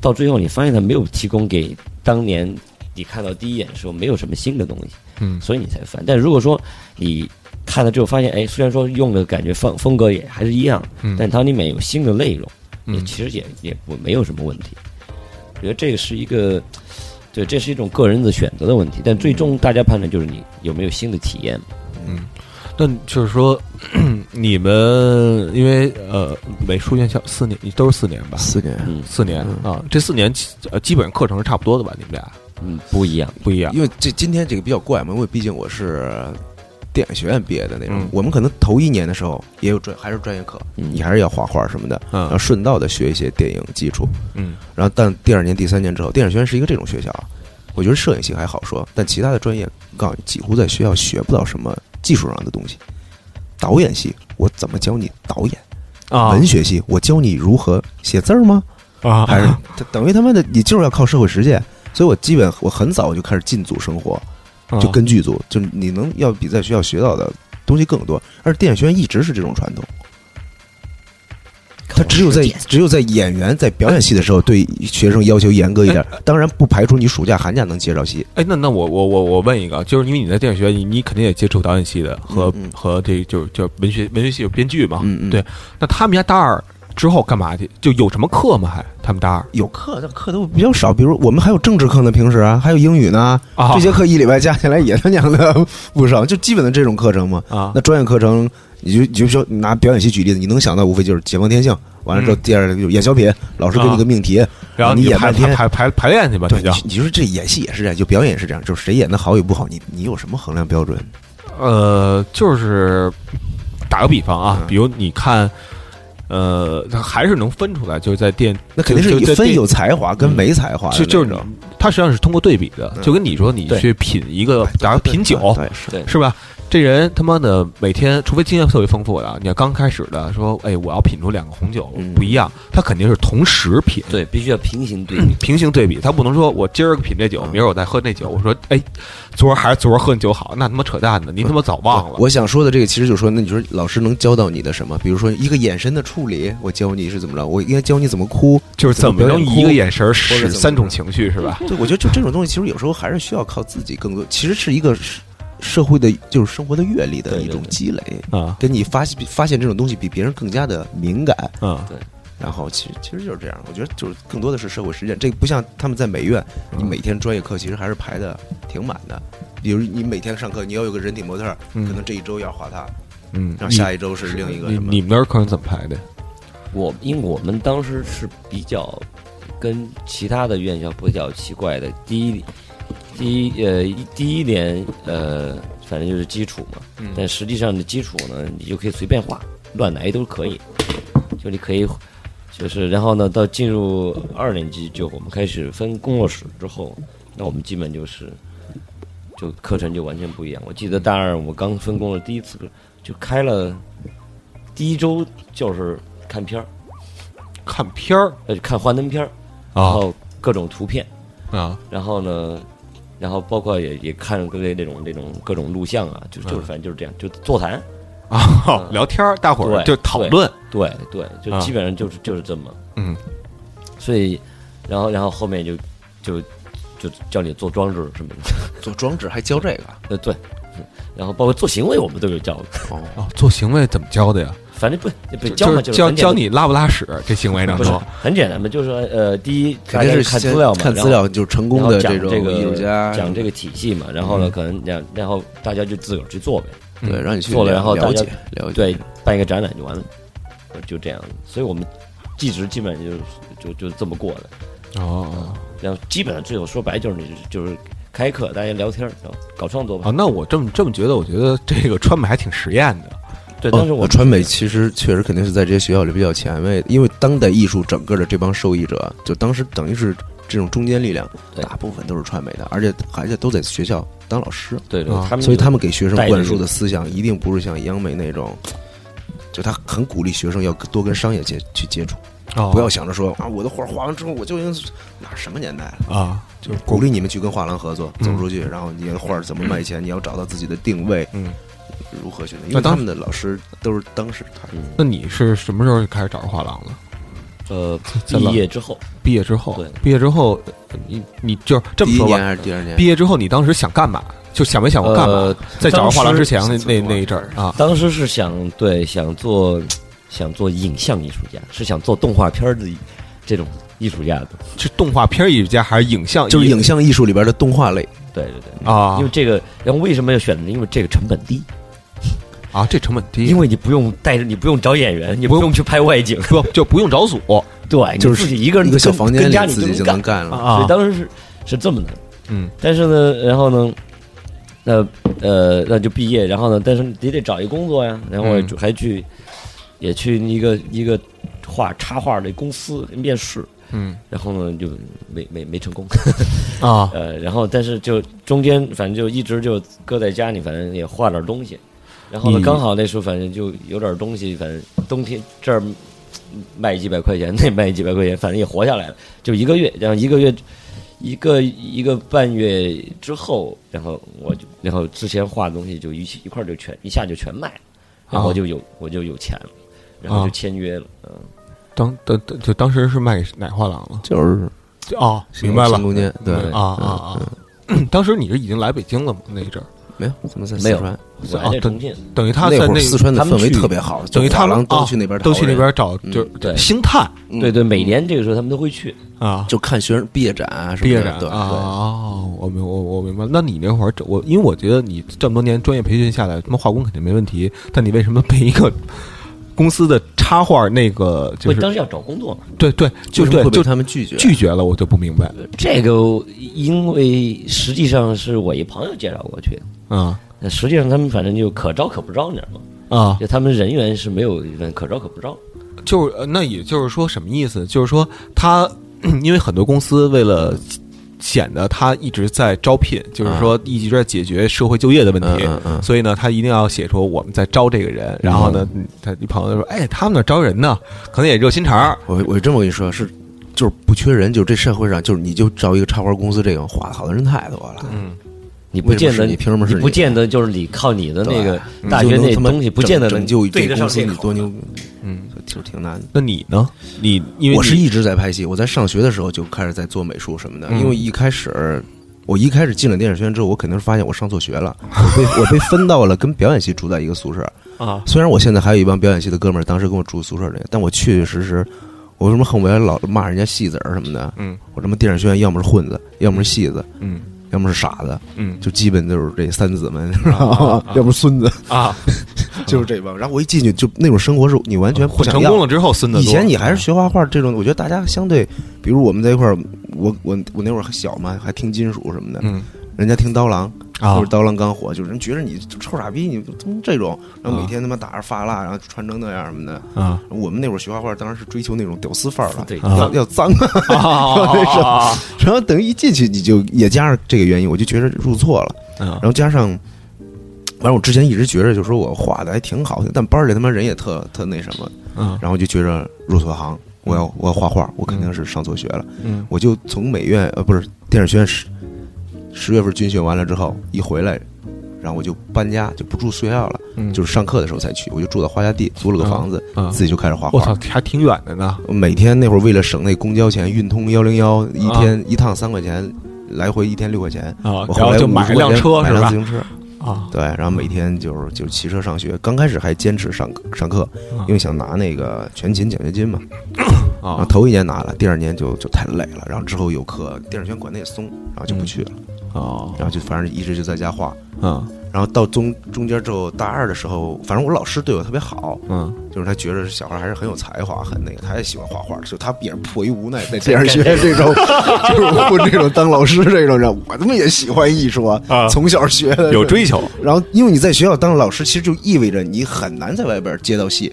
Speaker 4: 到最后，你发现他没有提供给当年你看到第一眼的时候没有什么新的东西，
Speaker 2: 嗯
Speaker 4: 所以你才烦。但如果说你看了之后发现，哎，虽然说用的感觉风风格也还是一样，
Speaker 2: 嗯
Speaker 4: 但它里面有新的内容，
Speaker 2: 嗯
Speaker 4: 也其实也也不没有什么问题。我觉得这个是一个，对，这是一种个人的选择的问题。但最终大家判断就是你有没有新的体验。
Speaker 2: 那就是说 [CLEARS THROAT] 你们因为呃美术院校四年，你都是四年吧？
Speaker 3: 四年
Speaker 4: 嗯
Speaker 2: 四年啊，这四年基呃基本上课程是差不多的吧？你们俩
Speaker 4: 嗯，不一样。
Speaker 2: 不一样
Speaker 3: 因为这今天这个比较怪嘛，因为毕竟我是电影学院毕业的那种，
Speaker 2: 嗯
Speaker 3: 我们可能头一年的时候也有专还是专业课，
Speaker 4: 嗯
Speaker 3: 你还是要画画什么的，
Speaker 2: 嗯
Speaker 3: 然后顺道的学一些电影基础。
Speaker 2: 嗯
Speaker 3: 然后但第二年、第三年之后，电影学院是一个这种学校啊，我觉得摄影系还好说，但其他的专业，告诉你，几乎在学校学不到什么技术上的东西。导演系，我怎么教你导演？
Speaker 2: 啊
Speaker 3: 文学系，我教你如何写字儿吗？
Speaker 2: 啊
Speaker 3: 还是它等于他妈的，你就是要靠社会实践。所以我基本我很早我就开始进组生活，就
Speaker 2: 啊
Speaker 3: 跟剧组，就你能要比在学校学到的东西更多。而电影学院一直是这种传统，它只有在只有在演员在表演系的时候对学生要求严格一点，当然不排除你暑假寒假能接着戏。
Speaker 2: 哎，那那我我我我问一个，就是因为你在电影学院，你你肯定也接触导演系的和、
Speaker 3: 嗯嗯
Speaker 2: 和这就是就是文学文学系有编剧嘛，
Speaker 3: 嗯嗯
Speaker 2: 对。那他们家大二之后干嘛去？就有什么课吗？还他们大二
Speaker 3: 有课，但课都比较少，比如我们还有政治课呢，平时啊，还有英语呢，
Speaker 2: 啊
Speaker 3: 这些课一礼拜加起来也他娘的不少，就基本的这种课程嘛。
Speaker 2: 啊
Speaker 3: 那专业课程，你就你就说拿表演系举例子，你能想到无非就是解放天性，完了之后第二个就是演小品，老师给你个命题，
Speaker 2: 然后
Speaker 3: 你
Speaker 2: 就
Speaker 3: 演
Speaker 2: 排
Speaker 3: 半天
Speaker 2: 排排排练去吧，
Speaker 3: 对，
Speaker 2: 就
Speaker 3: 你你说这演戏也是这样，就表演也是这样，就是谁演的好与不好，你你有什么衡量标准？
Speaker 2: 呃，就是打个比方啊
Speaker 3: 嗯，
Speaker 2: 比如你看，呃，他还是能分出来，就是在电
Speaker 3: 那肯定
Speaker 2: 就是就在
Speaker 3: 分
Speaker 2: 电
Speaker 3: 有才华跟没才华的
Speaker 2: 就
Speaker 3: 那种，
Speaker 2: 就是你他实际上是通过对比的，
Speaker 3: 嗯
Speaker 2: 就跟你说你
Speaker 4: 对
Speaker 2: 去品一呃个，假如品酒，
Speaker 3: 对是
Speaker 4: 对
Speaker 2: 是吧？这人他妈的每天，除非经验特别丰富的，你要刚开始的说，哎，我要品出两个红酒
Speaker 3: 嗯
Speaker 2: 不一样，他肯定是同时品，
Speaker 4: 对，必须要平行对比。
Speaker 2: 平行对比，他不能说我今儿品这酒，
Speaker 3: 嗯
Speaker 2: 明儿我再喝那酒。我说，哎，昨儿还是昨儿喝那酒好，那他妈扯淡呢，您他妈早忘了。
Speaker 3: 嗯我想说的这个，其实就是说，那你说老师能教到你的什么？比如说一个眼神的处理，我教你是怎么着，我应该教你怎么哭。
Speaker 2: 就是怎么能
Speaker 3: 怎么表演哭
Speaker 2: 一个眼神
Speaker 3: 或者
Speaker 2: 使
Speaker 3: 怎么
Speaker 2: 三种情绪是
Speaker 3: [LAUGHS]
Speaker 2: 吧？
Speaker 3: 对，我觉得就这种东西，其实有时候还是需要靠自己更多，其实是一个社社会的，就是生活的阅历的
Speaker 4: 对
Speaker 3: 一种
Speaker 4: 对对
Speaker 3: 积累。
Speaker 2: 啊
Speaker 3: 跟你发发现这种东西比别人更加的敏感，
Speaker 2: 啊
Speaker 3: 然后其实其实就是这
Speaker 4: 嗯
Speaker 3: 样，我觉得就是更多的是社会实践，这个不像他们在美院，你每天专业课其实还是排的挺满的。比如你每天上课，你要有个人体模特儿，
Speaker 2: 嗯
Speaker 3: 可能这一周要画他，
Speaker 2: 嗯
Speaker 3: 然后下一周是另一个
Speaker 2: 你
Speaker 3: 什么？
Speaker 2: 你们那儿课程怎么排的？
Speaker 4: 我因为我们当时是比较跟其他的院校比较奇怪的，第一第一呃一第一年呃反正就是基础嘛，但实际上的基础呢，你就可以随便画，乱来都可以，就你可以就是然后呢，到进入二年级就我们开始分工作室之后，那我们基本就是就课程就完全不一样。我记得大二我刚分工了第一次就开了第一周就是看片儿。
Speaker 2: 看片儿
Speaker 4: 呃，看幻灯片儿，然
Speaker 3: 哦
Speaker 2: 啊
Speaker 4: 后各种图片，
Speaker 2: 啊，
Speaker 4: 然后呢，然后包括也也看各类那种那种各种录像啊，就就是反正就是这样，就座谈，
Speaker 2: 啊，聊天儿，大伙儿
Speaker 4: 嗯对
Speaker 2: 就讨论，
Speaker 4: 对对，就
Speaker 2: 啊
Speaker 4: 基本上就是就是这么，
Speaker 2: 嗯，
Speaker 4: 所以，然后然后后面就就就叫你做装置什么的，
Speaker 3: 做装置还教这个？
Speaker 4: 呃对，嗯然后包括做行为我们都有教，
Speaker 2: 哦，做行为怎么教的呀？
Speaker 4: 反正不不
Speaker 2: 就
Speaker 4: 教嘛，
Speaker 2: 是
Speaker 4: 就
Speaker 2: 教
Speaker 4: 很简
Speaker 2: 教
Speaker 4: 单。
Speaker 2: 你拉不拉屎这行为当
Speaker 4: 不是
Speaker 2: 中，
Speaker 4: 很简单嘛，就是说呃，第一
Speaker 3: 肯
Speaker 4: 大
Speaker 3: 定
Speaker 4: 家
Speaker 3: 是
Speaker 4: 看
Speaker 3: 先
Speaker 4: 资料嘛，
Speaker 3: 看
Speaker 4: 然
Speaker 3: 资
Speaker 4: 后
Speaker 3: 料就是成功
Speaker 4: 然后
Speaker 3: 的
Speaker 4: 讲
Speaker 3: 种
Speaker 4: 这个
Speaker 3: 艺术家，
Speaker 4: 讲这个体系嘛，然后呢，可能然然后大家就自个儿去做呗，
Speaker 3: 对，让你去
Speaker 4: 嗯做了
Speaker 3: 了
Speaker 4: 然后大
Speaker 3: 了
Speaker 4: 家
Speaker 3: 解了解，
Speaker 4: 对，办一个展览就完了，呃就这样。所以我们一直基本就是就就这么过的，
Speaker 2: 哦
Speaker 4: 然后嗯基本上最后说白就是你就是开课大家聊天儿，然后搞创作吧。
Speaker 2: 啊，那我这么这么觉得，我觉得这个川美还挺实验的，
Speaker 4: 对，
Speaker 3: 哦
Speaker 4: 当时我
Speaker 3: 传媒其实确实肯定是在这些学校里比较前卫的，因为当代艺术整个的这帮受益者，就当时等于是这种中坚力量，
Speaker 4: 对
Speaker 3: 大部分都是传媒的，而且而且都在学校当老师，
Speaker 4: 对对
Speaker 2: 啊，
Speaker 4: 他们
Speaker 3: 所以他
Speaker 4: 们
Speaker 3: 们给学生
Speaker 4: 带着
Speaker 3: 灌输的思想一定不是像央媒那种。就他很鼓励学生要多跟商业接去接触，
Speaker 2: 嗯哦
Speaker 3: 不要想着说啊，我的画画完之后我就应哪什么年代了，
Speaker 2: 啊，
Speaker 3: 就是鼓励你们去跟画廊合作，
Speaker 2: 嗯
Speaker 3: 走出去，然后你的画儿怎么卖钱，你要找到自己的定位，
Speaker 2: 嗯，
Speaker 3: 如何去的？因
Speaker 2: 那
Speaker 3: 为
Speaker 2: 当
Speaker 3: 他们的老师都是当时他
Speaker 4: 嗯
Speaker 2: 那你是什么时候就开始找着画廊了？
Speaker 4: 呃
Speaker 2: 在
Speaker 4: 毕
Speaker 2: 老
Speaker 4: 业之后，
Speaker 2: 毕业之后
Speaker 4: 对，
Speaker 2: 毕业之后，你你就是这么
Speaker 3: 第一
Speaker 2: 说
Speaker 3: 年
Speaker 2: 吧，
Speaker 3: 还是第二年？
Speaker 2: 毕业之后你当时想干嘛？就想没想过干嘛
Speaker 4: 呃？
Speaker 2: 在找着画廊之前那
Speaker 3: 当时
Speaker 2: 那那一阵儿啊，
Speaker 4: 当时是想对想做想做影像艺术家，是想做动画片儿的艺这种艺术家的。
Speaker 2: 是动画片艺术家还是影像艺？
Speaker 3: 就是影像艺术里边的动画类，
Speaker 4: 对对对，
Speaker 2: 啊
Speaker 4: 因为这个，然后为什么要选择？因为这个成本低，
Speaker 2: 啊，这成本
Speaker 3: 嗯
Speaker 2: 低，
Speaker 4: 因为你不用带着，你不用找演员，你
Speaker 2: 不
Speaker 4: 不
Speaker 2: 用
Speaker 4: 用去拍外景，
Speaker 2: 不就不用找组
Speaker 4: [LAUGHS] 对，
Speaker 3: 就
Speaker 4: 你
Speaker 3: 是
Speaker 4: 自己一个人
Speaker 3: 一个小房间
Speaker 4: 跟家
Speaker 3: 里
Speaker 4: 里
Speaker 3: 自己就
Speaker 4: 能干
Speaker 3: 能。干了。
Speaker 2: 啊
Speaker 4: 所以当时是是这么的，
Speaker 2: 嗯，
Speaker 4: 但是呢，然后呢，那呃，那就毕业，然后呢，但是你得找一工作呀，然后我也
Speaker 2: 嗯
Speaker 4: 就还去也去一个一个画插画的公司面试，
Speaker 2: 嗯
Speaker 4: 然后呢就没没没成功，
Speaker 2: 啊
Speaker 4: 呃，然后但是就中间反正就一直就搁在家里，反正也画点东西。然后呢，
Speaker 2: 你
Speaker 4: 刚好那时候反正就有点东西，反正冬天这儿卖几百块钱， [LAUGHS] 那卖几百块钱，反正也活下来了。就一个月，然后一个月，一个一个半月之后，然后我就，然后之前画的东西就一起一块儿就全一下就全卖了，然后
Speaker 2: 哦
Speaker 4: 我就有、我就有钱了，然后
Speaker 2: 啊
Speaker 4: 就签约了。嗯，
Speaker 2: 当当当就当时是卖给哪画廊了？
Speaker 3: 就是嗯
Speaker 2: 哦，明白了
Speaker 3: 新空间对
Speaker 4: 明白
Speaker 2: 啊啊啊！ [CLEARS THROAT] 当时你是已经来北京了吗？那一阵儿，
Speaker 3: 没有，我们在四
Speaker 4: 没有
Speaker 3: 川
Speaker 4: 我还在
Speaker 2: 啊等
Speaker 4: 重庆，
Speaker 2: 等于他在
Speaker 3: 那会儿，
Speaker 2: 那
Speaker 3: 四川的
Speaker 4: 他们
Speaker 3: 氛围
Speaker 4: 去
Speaker 3: 特别好，
Speaker 2: 等于他
Speaker 3: 画廊
Speaker 2: 们
Speaker 3: 都
Speaker 2: 啊
Speaker 3: 去那边
Speaker 2: 都
Speaker 3: 讨
Speaker 2: 去那
Speaker 3: 论
Speaker 2: 边找，
Speaker 3: 嗯
Speaker 2: 就是
Speaker 4: 对
Speaker 2: 星探
Speaker 3: 嗯
Speaker 4: 对对，每年这个时候他们都会去。
Speaker 2: 啊，
Speaker 3: 就看学生毕业展啊什
Speaker 2: 毕
Speaker 3: 么
Speaker 2: 业
Speaker 3: 的，
Speaker 2: 展
Speaker 3: 对
Speaker 2: 啊。哦我明我我明白。那你那会儿，我因为我觉得你这么多年专业培训下来，他妈画工肯定没问题，但你为什么被一个公司的插画那个就
Speaker 4: 会当
Speaker 2: 是
Speaker 4: 时要找工作嘛？
Speaker 2: 对对就
Speaker 3: 为什
Speaker 2: 对
Speaker 3: 么会被
Speaker 2: 就
Speaker 3: 他们拒绝？
Speaker 2: 拒绝了，我就不明白
Speaker 4: 这个因为实际上是我一朋友介绍过去的，
Speaker 2: 啊
Speaker 4: 那实际上他们反正就可招可不招，你知道吗？
Speaker 2: 啊！
Speaker 4: 就他们人员是没有可招可不招，
Speaker 2: 就是呃那也就是说什么意思？就是说他因为很多公司为了显得他一直在招聘，就是说一直在解决社会就业的问
Speaker 3: 嗯
Speaker 2: 题，
Speaker 3: 嗯嗯，
Speaker 2: 所以呢，他一定要写出我们在招这个人。然后呢，他一朋友就说：“哎，他们那招人呢，可能也热心肠儿
Speaker 3: 我我这么跟你说，是就是不缺人，就这社会上就是你就招一个插花公司，这种画的好的人太多了。
Speaker 4: 你不见
Speaker 3: 为
Speaker 4: 得
Speaker 3: 什么是你凭什么是你
Speaker 4: 不见得就是你靠你的那个
Speaker 3: 对
Speaker 4: 大
Speaker 3: 你
Speaker 4: 学
Speaker 3: 就能
Speaker 4: 那
Speaker 3: 他妈
Speaker 4: 东西，不见得
Speaker 3: 拯
Speaker 4: 能
Speaker 3: 拯救
Speaker 6: 对得
Speaker 3: 这公
Speaker 6: 上
Speaker 3: 司
Speaker 6: 这
Speaker 3: 你
Speaker 6: 口
Speaker 3: 多牛，
Speaker 2: 嗯，
Speaker 3: 就挺难的。
Speaker 2: 那你呢？你因为
Speaker 3: 我是
Speaker 2: 你
Speaker 3: 一直在拍戏，我在上学的时候就开始在做美术什么的，
Speaker 2: 嗯
Speaker 3: 因为一开始。我一开始进了电影学院之后，我肯定是发现我上错学了，我被我被分到了跟表演系住在一个宿舍。
Speaker 2: [LAUGHS] 啊
Speaker 3: 虽然我现在还有一帮表演系的哥们儿，当时跟我住宿舍里，但我确确实实，我为什么恨不得老骂人家戏子儿什么的？
Speaker 2: 嗯，
Speaker 3: 我他妈电影学院要么是混子，要么是戏子，
Speaker 2: 嗯
Speaker 3: 要么是傻子，
Speaker 2: 嗯
Speaker 3: 就基本就是这三子们，是吧？ [LAUGHS] 要么孙子，
Speaker 2: 啊，
Speaker 3: [LAUGHS] 就是这帮。然后我一进去，就那种生活是你完全不
Speaker 2: 混
Speaker 3: 想
Speaker 2: 啊成
Speaker 3: 要
Speaker 2: 功了嗯之后，孙子
Speaker 3: 以
Speaker 2: 多
Speaker 3: 前你还是学画画这种，我觉得大家相对，比如我们在一块儿，我我我那会儿还小嘛，还听金属什么的，
Speaker 2: 嗯
Speaker 3: 人家听刀郎，
Speaker 2: 啊
Speaker 3: 就是刀郎刚火，就是人觉得你臭傻逼，你怎么这种，然后每
Speaker 2: 啊
Speaker 3: 天他妈打着发蜡，然后穿成那样什么的。
Speaker 2: 啊
Speaker 3: 我们那会儿学画画，当然是追求那种屌丝范儿了，
Speaker 7: 对
Speaker 3: 要要脏啊，
Speaker 2: 啊
Speaker 3: [LAUGHS]
Speaker 2: 啊
Speaker 3: 然后等于一进去你就也加上这个原因，我就觉得入错了，
Speaker 2: 啊
Speaker 3: 然后加上。反正我之前一直觉着，就说我画的还挺好，但班里他妈人也特特那什么，
Speaker 2: 啊
Speaker 3: 然后就觉着入错行，我要我要画画，我肯定是上错学了。
Speaker 2: 嗯
Speaker 3: 我就从美院呃不是电影学院十十月份军训完了之后一回来，然后我就搬家，就不住学校了，
Speaker 2: 嗯
Speaker 3: 就是上课的时候才去，我就住到花家地，租了个房子，
Speaker 2: 啊！
Speaker 3: 自己就开始画
Speaker 2: 我
Speaker 3: 画
Speaker 2: 操。，还挺远的呢。
Speaker 3: 我每天那会儿为了省那公交钱，运通幺零幺一天一趟三块钱，来回一天六块钱。
Speaker 2: 啊
Speaker 3: 我，
Speaker 2: 然
Speaker 3: 后
Speaker 2: 后
Speaker 3: 来
Speaker 2: 就买
Speaker 3: 50
Speaker 2: 了辆
Speaker 3: 块钱
Speaker 2: 车
Speaker 3: 买
Speaker 2: 是
Speaker 3: 辆
Speaker 2: 吧
Speaker 3: 自？行车，
Speaker 2: 啊，
Speaker 3: 对，然后每天就是就骑车上学。刚开始还坚持上上课，因为想拿那个全勤奖学金嘛。然后
Speaker 2: 啊啊
Speaker 3: 头一年拿了，第二年就就太累了，然后之后有课，电影学院管的也松，然后就
Speaker 2: 嗯
Speaker 3: 不去了，
Speaker 2: 啊
Speaker 3: 然后就反正一直就在家画。
Speaker 2: 啊
Speaker 3: 然后到中中间之后，大二的时候，反正我老师对我特别好，
Speaker 2: 嗯，
Speaker 3: 就是他觉得小孩还是很有才华，很那个，他也喜欢画画，就他也是迫于无奈在电影学院这 [LAUGHS] 种，就是混这种当老师这种人，我他妈也喜欢艺术啊
Speaker 2: 啊
Speaker 3: 从小学的
Speaker 2: 有追求
Speaker 3: 然后因为你在学校当老师，其实就意味着你很难在外边接到戏，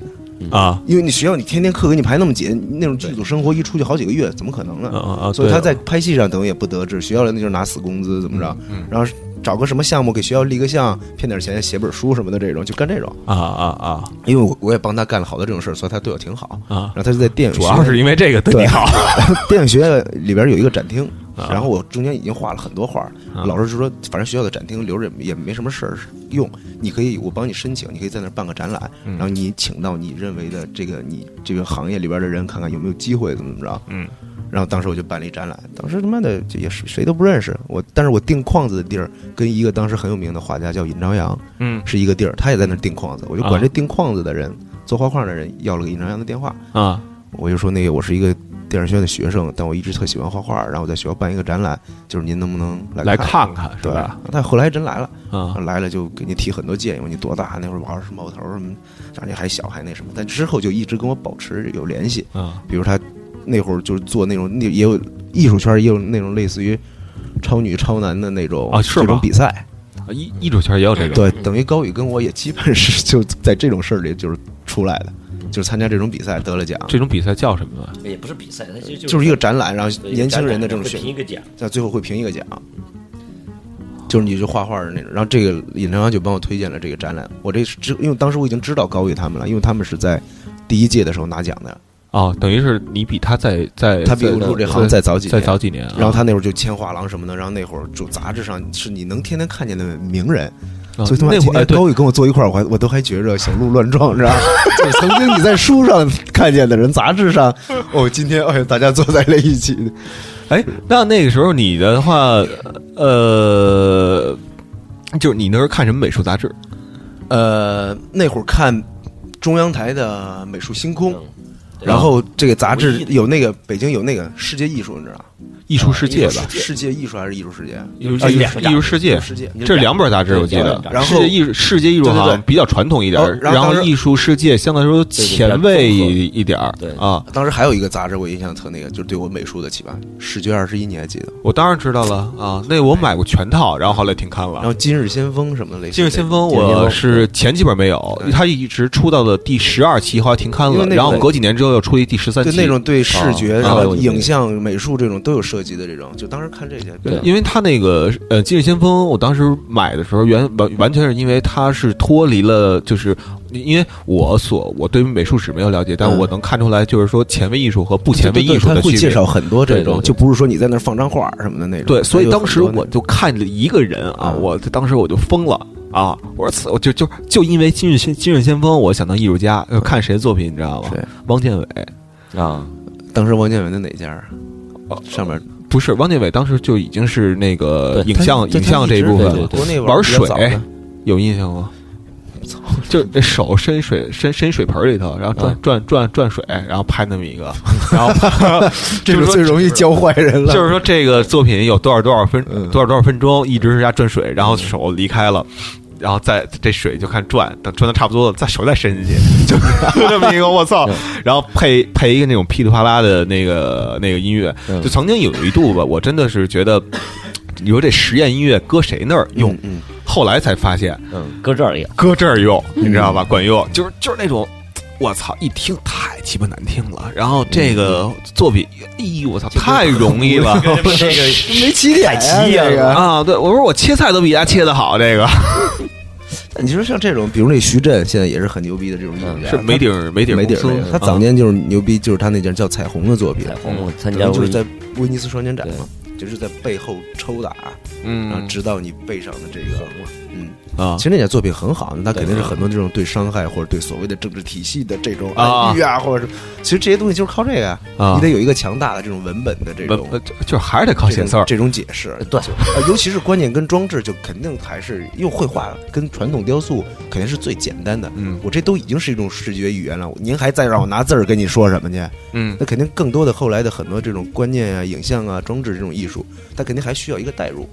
Speaker 2: 啊
Speaker 3: 因为你学校你天天课给你排那么紧，那种剧组生活一出去好几个月，怎么可能呢？
Speaker 2: 啊啊！
Speaker 3: 所以
Speaker 2: 对
Speaker 3: 他在拍戏上等于也不得志，学校里那就是拿死工资怎么着，
Speaker 2: 嗯
Speaker 3: 然后找个什么项目给学校立个项，骗点钱写本书什么的这种，就干这种。
Speaker 2: 啊啊
Speaker 3: 因为我我也帮他干了好多这种事儿，所以他对我挺好。
Speaker 2: 啊啊！
Speaker 3: 然后他就在电影
Speaker 2: 主
Speaker 3: 学
Speaker 2: 要
Speaker 3: 院，
Speaker 2: 是因为这个对你好
Speaker 3: [LAUGHS] 电影学院里边有一个展厅，
Speaker 2: 啊
Speaker 3: 然后我中间已经画了很多画儿，
Speaker 2: 啊
Speaker 3: 老师就说，反正学校的展厅留着也也没什么事儿用，你可以我帮你申请，你可以在那儿办个展览，
Speaker 2: 嗯
Speaker 3: 然后你请到你认为的这个你这个行业里边的人，看看有没有机会，怎么怎么着。
Speaker 2: 嗯。
Speaker 3: 然后当时我就办了一展览，当时他妈的就也是谁都不认识我，但是我订框子的地儿跟一个当时很有名的画家叫尹朝阳
Speaker 2: 嗯
Speaker 3: 是一个地儿，他也在那儿订框子，我就管
Speaker 2: 啊
Speaker 3: 这订框子的人、做画框的人要了个尹朝阳的电话，
Speaker 2: 啊
Speaker 3: 我就说那个我是一个电影学院的学生，但我一直特喜欢画画，然后我在学校办一个展览，就是您能不能来
Speaker 2: 来
Speaker 3: 看？
Speaker 2: 看看是
Speaker 3: 对
Speaker 2: 吧？，
Speaker 3: 他后来还真来了，
Speaker 2: 啊
Speaker 3: 来了就给你提很多建议，你多大？那会儿玩什么冒头什么，反正你还小还那什么，但之后就一直跟我保持有联系。
Speaker 2: 啊
Speaker 3: 比如他那会儿就是做那种那也有艺术圈也有那种类似于超女超男的那种
Speaker 2: 啊是吗
Speaker 3: 这种比赛，
Speaker 2: 艺艺术圈也有这个
Speaker 3: 对，等于高宇跟我也基本是就在这种事儿里就是出来的，就是参加这种比赛得了奖，
Speaker 2: 这种比赛叫什么呢？
Speaker 4: 也不是比赛，它其实
Speaker 3: 就是一个展览，然后
Speaker 4: 对
Speaker 3: 年轻人的这种
Speaker 4: 会
Speaker 3: 选
Speaker 4: 评一个奖，
Speaker 3: 在最后会评一个奖，就是你就画画的那种。然后这个尹朝阳就帮我推荐了这个展览，我这知因为当时我已经知道高宇他们了，因为他们是在第一届的时候拿奖的，
Speaker 2: 哦，等于是你比他在在
Speaker 3: 他比我入这行再早几
Speaker 2: 再
Speaker 3: 年。
Speaker 2: 早几年啊，
Speaker 3: 然后他那会儿就签画廊什么的，然后那会儿就杂志上是你能天天看见的名人，
Speaker 2: 啊
Speaker 3: 所以他妈
Speaker 2: 那
Speaker 3: 今
Speaker 2: 会儿哎
Speaker 3: 天
Speaker 2: 对
Speaker 3: 高宇跟我坐一块儿，我还我都还觉着小鹿乱撞，知
Speaker 2: [LAUGHS]
Speaker 3: 道吗？就是曾经你在书上看见的人，杂
Speaker 2: [LAUGHS]
Speaker 3: 志上，哦，今天哎呦，大家坐在了一起，
Speaker 2: 哎，那那个时候你的话，呃，就是你那时候看什么美术杂志？
Speaker 3: 呃，那会儿看中央台的《美术星空》
Speaker 4: 嗯对
Speaker 3: 然后这个杂志
Speaker 4: 文艺的
Speaker 3: 有那个北京有那个世界艺术，你知道吗？
Speaker 2: 艺术世界吧
Speaker 4: 啊，
Speaker 3: 世界艺术还是艺术世界？
Speaker 2: 艺术
Speaker 4: 啊
Speaker 2: 艺
Speaker 4: 两
Speaker 2: 术
Speaker 4: 个
Speaker 2: 艺术世界，
Speaker 3: 世界。
Speaker 2: 这是两本杂志我记得。
Speaker 4: 对
Speaker 3: 然
Speaker 2: 世
Speaker 3: 后
Speaker 2: 界艺术世界艺术
Speaker 3: 对对对
Speaker 2: 行比较传统一点儿，
Speaker 3: 哦然后当时
Speaker 2: 艺术世界相对来说前卫一一点儿
Speaker 4: 对对
Speaker 2: 啊。
Speaker 3: 当时还有一个杂志，我印象特那个，就是对我美术的启发，《视觉二十一》，你还记得？
Speaker 2: 我当然知道了啊，那我买过全套，然后后来停刊
Speaker 3: 然后
Speaker 2: 了。
Speaker 3: 《今日先锋》什么的类似。
Speaker 2: 今日啊先锋，我是前几本没有，它一直出到了第十二期，后来停刊
Speaker 3: 因
Speaker 2: 了
Speaker 3: 为。那
Speaker 2: 然后
Speaker 3: 种
Speaker 2: 隔几年之后又出了第十三
Speaker 3: 对
Speaker 2: 期。
Speaker 3: 那种对视觉、
Speaker 2: 啊
Speaker 3: 然
Speaker 2: 啊
Speaker 3: 后
Speaker 7: 我
Speaker 3: 影像、美术这种都有涉及的这种，就当时看这些。
Speaker 7: 对
Speaker 2: 因为他那个呃《今日先锋》，我当时买的时候原完完全是因为它是脱离了，就是因为我所我对于美术史没有了解，但
Speaker 3: 嗯
Speaker 2: 我能看出来，就是说前卫艺术和不
Speaker 3: 对
Speaker 2: 前卫
Speaker 3: 对对
Speaker 2: 艺术
Speaker 3: 他
Speaker 2: 的
Speaker 3: 会
Speaker 2: 区
Speaker 3: 介
Speaker 2: 别。
Speaker 3: 绍很多这
Speaker 7: 对对对
Speaker 3: 种，就不是说你在那儿放张画什么的那种。
Speaker 2: 对，所以
Speaker 3: 它有
Speaker 2: 当时
Speaker 3: 很多
Speaker 2: 我就看着一个人啊，我当时我就疯了啊！我说此，我就就就因为《今日先今日先锋》，我想当艺术家。呃看谁的作品，你知道吗
Speaker 3: 对？
Speaker 2: 汪建伟
Speaker 7: 啊，
Speaker 3: 那当时王建文的哪家啊？上面
Speaker 2: 不是汪建伟，当时就已经是那个
Speaker 7: 对
Speaker 2: 影像
Speaker 3: 他
Speaker 2: 影像
Speaker 3: 他
Speaker 2: 这一
Speaker 3: 直
Speaker 2: 部分
Speaker 3: 对
Speaker 2: 了
Speaker 3: 对对国内
Speaker 2: 玩
Speaker 3: 比较
Speaker 2: 水
Speaker 3: 早的
Speaker 2: 有印象吗？ [LAUGHS] 就这手伸水伸伸水盆里头，然后转、转转转水，然后拍那么一个，嗯 [LAUGHS] 然后 [LAUGHS] 拍
Speaker 3: 这
Speaker 2: 就是
Speaker 3: 个
Speaker 2: 说
Speaker 3: 最容易教坏人了。
Speaker 2: 就是说这个作品有多少多少分、
Speaker 3: 嗯
Speaker 2: 多少多少分钟，一直是在转水，然后手离开了。然后再这水就看转，等转的差不多了，再手再伸进去，就是 [LAUGHS] 就这么一个我操！然后配配一个那种噼里啪啦的那个那个音乐，
Speaker 4: 嗯
Speaker 2: 就曾经有一度吧，我真的是觉得，你说这实验音乐搁谁那儿用？
Speaker 3: 嗯，
Speaker 2: 后来才发现，
Speaker 4: 嗯，搁这儿也
Speaker 2: 搁这儿用，你知道
Speaker 3: 嗯
Speaker 2: 吧？管用，就是就是那种，我操，一听太鸡巴难听了。然后这
Speaker 3: 嗯
Speaker 2: 个作品，哎呦我操，太容易
Speaker 3: [LAUGHS]
Speaker 2: 了 [LAUGHS]
Speaker 8: 跟这个
Speaker 3: 没起点
Speaker 8: 逮鸡呀
Speaker 3: 这个
Speaker 2: 啊！对，我说我切菜都比他切的好，这个
Speaker 3: 你说像这种，比如那徐震，现在嗯也是很牛逼的这种艺术家，
Speaker 2: 是梅
Speaker 3: 底
Speaker 2: 顶儿梅顶
Speaker 3: 啊没
Speaker 2: 儿
Speaker 3: 底
Speaker 2: 公
Speaker 3: 儿那
Speaker 2: 司啊
Speaker 3: 个。，他早年就是牛逼，就是他那件叫《彩虹》的作品，
Speaker 4: 彩虹，我参
Speaker 3: 等
Speaker 4: 加
Speaker 3: 于就
Speaker 4: 过
Speaker 3: 是
Speaker 4: 一
Speaker 3: 在威尼斯双年展嘛，就是在背后抽打，然后
Speaker 2: 嗯
Speaker 3: 直到你背上的这个，嗯，
Speaker 2: 啊
Speaker 3: 其实那件作品很好，那肯定是很多这种对伤害或者对所谓的政治体系的这种
Speaker 2: 啊
Speaker 3: 暗喻啊，或者是其实这些东西就是靠这个啊，
Speaker 2: 啊
Speaker 3: 你得有一个强大的这种文本的这
Speaker 2: 不
Speaker 3: 种
Speaker 2: 不就就还是得靠
Speaker 3: 这
Speaker 2: 哦写
Speaker 3: 种
Speaker 2: 字儿。
Speaker 3: 这种解释，
Speaker 4: 对
Speaker 3: 就， [LAUGHS] 呃尤其是观念跟装置，就肯定还是用绘画跟传统雕塑肯定是最简单的。
Speaker 2: 嗯
Speaker 3: 我这都已经是一种视觉语言了，您还再让我拿字儿跟你说什么去？
Speaker 2: 嗯
Speaker 3: 那肯定更多的后来的很多这种观念啊、影像啊、装置这种艺术，它肯定还需要一个代入，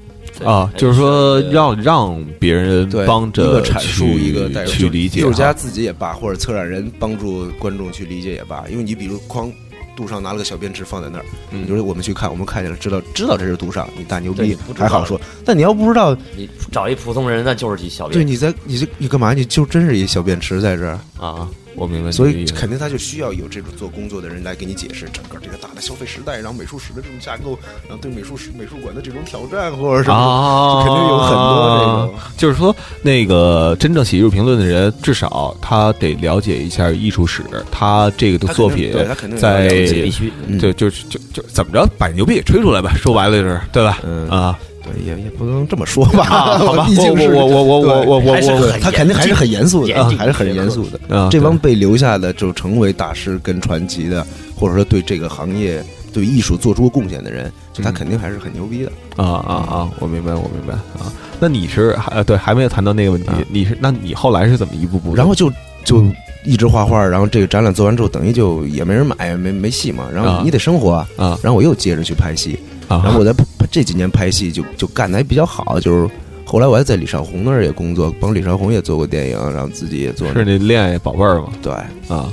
Speaker 2: 啊，就是说让让别人
Speaker 3: 对，
Speaker 2: 帮着
Speaker 3: 一个阐述
Speaker 2: 去
Speaker 3: 一个代入
Speaker 2: 去理解
Speaker 3: 艺术家
Speaker 2: 啊。
Speaker 3: 自己也罢，或者策展人帮助观众去理解也罢，因为你比如框。杜尚拿了个小便池放在那儿，
Speaker 2: 嗯
Speaker 3: 你说我们去看，我们看见了，知道知道这是杜尚，你大牛
Speaker 4: 对你
Speaker 3: 逼
Speaker 4: 不，知道
Speaker 3: 还好说。但你要不知道，
Speaker 4: 你找一普通人，那就是一小
Speaker 3: 对，
Speaker 4: 便。
Speaker 3: 你在你这你干嘛？你就真是一小便池在这儿，
Speaker 2: 啊，我明白你的意思。
Speaker 3: 所以肯定他就需要有这种做工作的人来给你解释整个这个大的消费时代，然后美术史的这种架构，然后对美术史美术馆的这种挑战 [LAUGHS] 或者什么，
Speaker 2: 啊，
Speaker 3: 就肯定有很多这种。
Speaker 2: 就是说，那个真正写艺术评论的人，至少他得了解一下艺术史，他这个的
Speaker 3: 他肯定
Speaker 2: 作品
Speaker 3: 对他肯定
Speaker 2: 在
Speaker 3: 有
Speaker 4: 这必须
Speaker 3: 嗯
Speaker 2: 对，就是就就怎么着，把牛逼给吹出来吧。说白了就是，对吧？
Speaker 3: 嗯 [LAUGHS]
Speaker 2: 啊，
Speaker 3: 对也也不能这么说
Speaker 2: 啊
Speaker 3: 吧，
Speaker 2: 好吧
Speaker 3: 毕竟是
Speaker 2: 我我我我我我我
Speaker 8: 还是
Speaker 2: 我
Speaker 8: 很
Speaker 3: 他肯定还是很严肃的，
Speaker 8: 严
Speaker 3: 啊
Speaker 8: 谨
Speaker 3: 还是很严肃的。
Speaker 2: 我啊，
Speaker 3: 这帮被留下的就成为大师跟传奇的，或者说对这个行业、对艺术做出贡献的人，就他
Speaker 2: 嗯
Speaker 3: 肯定还是很牛逼的。
Speaker 2: 啊啊啊！我明白，我明白啊。那你是还呃对还没有谈到那个问题
Speaker 3: 啊，
Speaker 2: 你是那你后来是怎么一步步的？
Speaker 3: 然后就就一直画画，然后这个展览做完之后，等于就也没人买，没没戏嘛。然
Speaker 2: 啊
Speaker 3: 后你得生活啊，
Speaker 2: 啊
Speaker 3: 然后我又接着去拍戏，
Speaker 2: 啊，
Speaker 3: 然后我在这几年拍戏就就干的还比较好，就是后来我还在李少红那儿也工作，帮李少红也做过电影，然后自己也做
Speaker 2: 是那恋爱宝贝儿嘛
Speaker 3: 对。
Speaker 2: 啊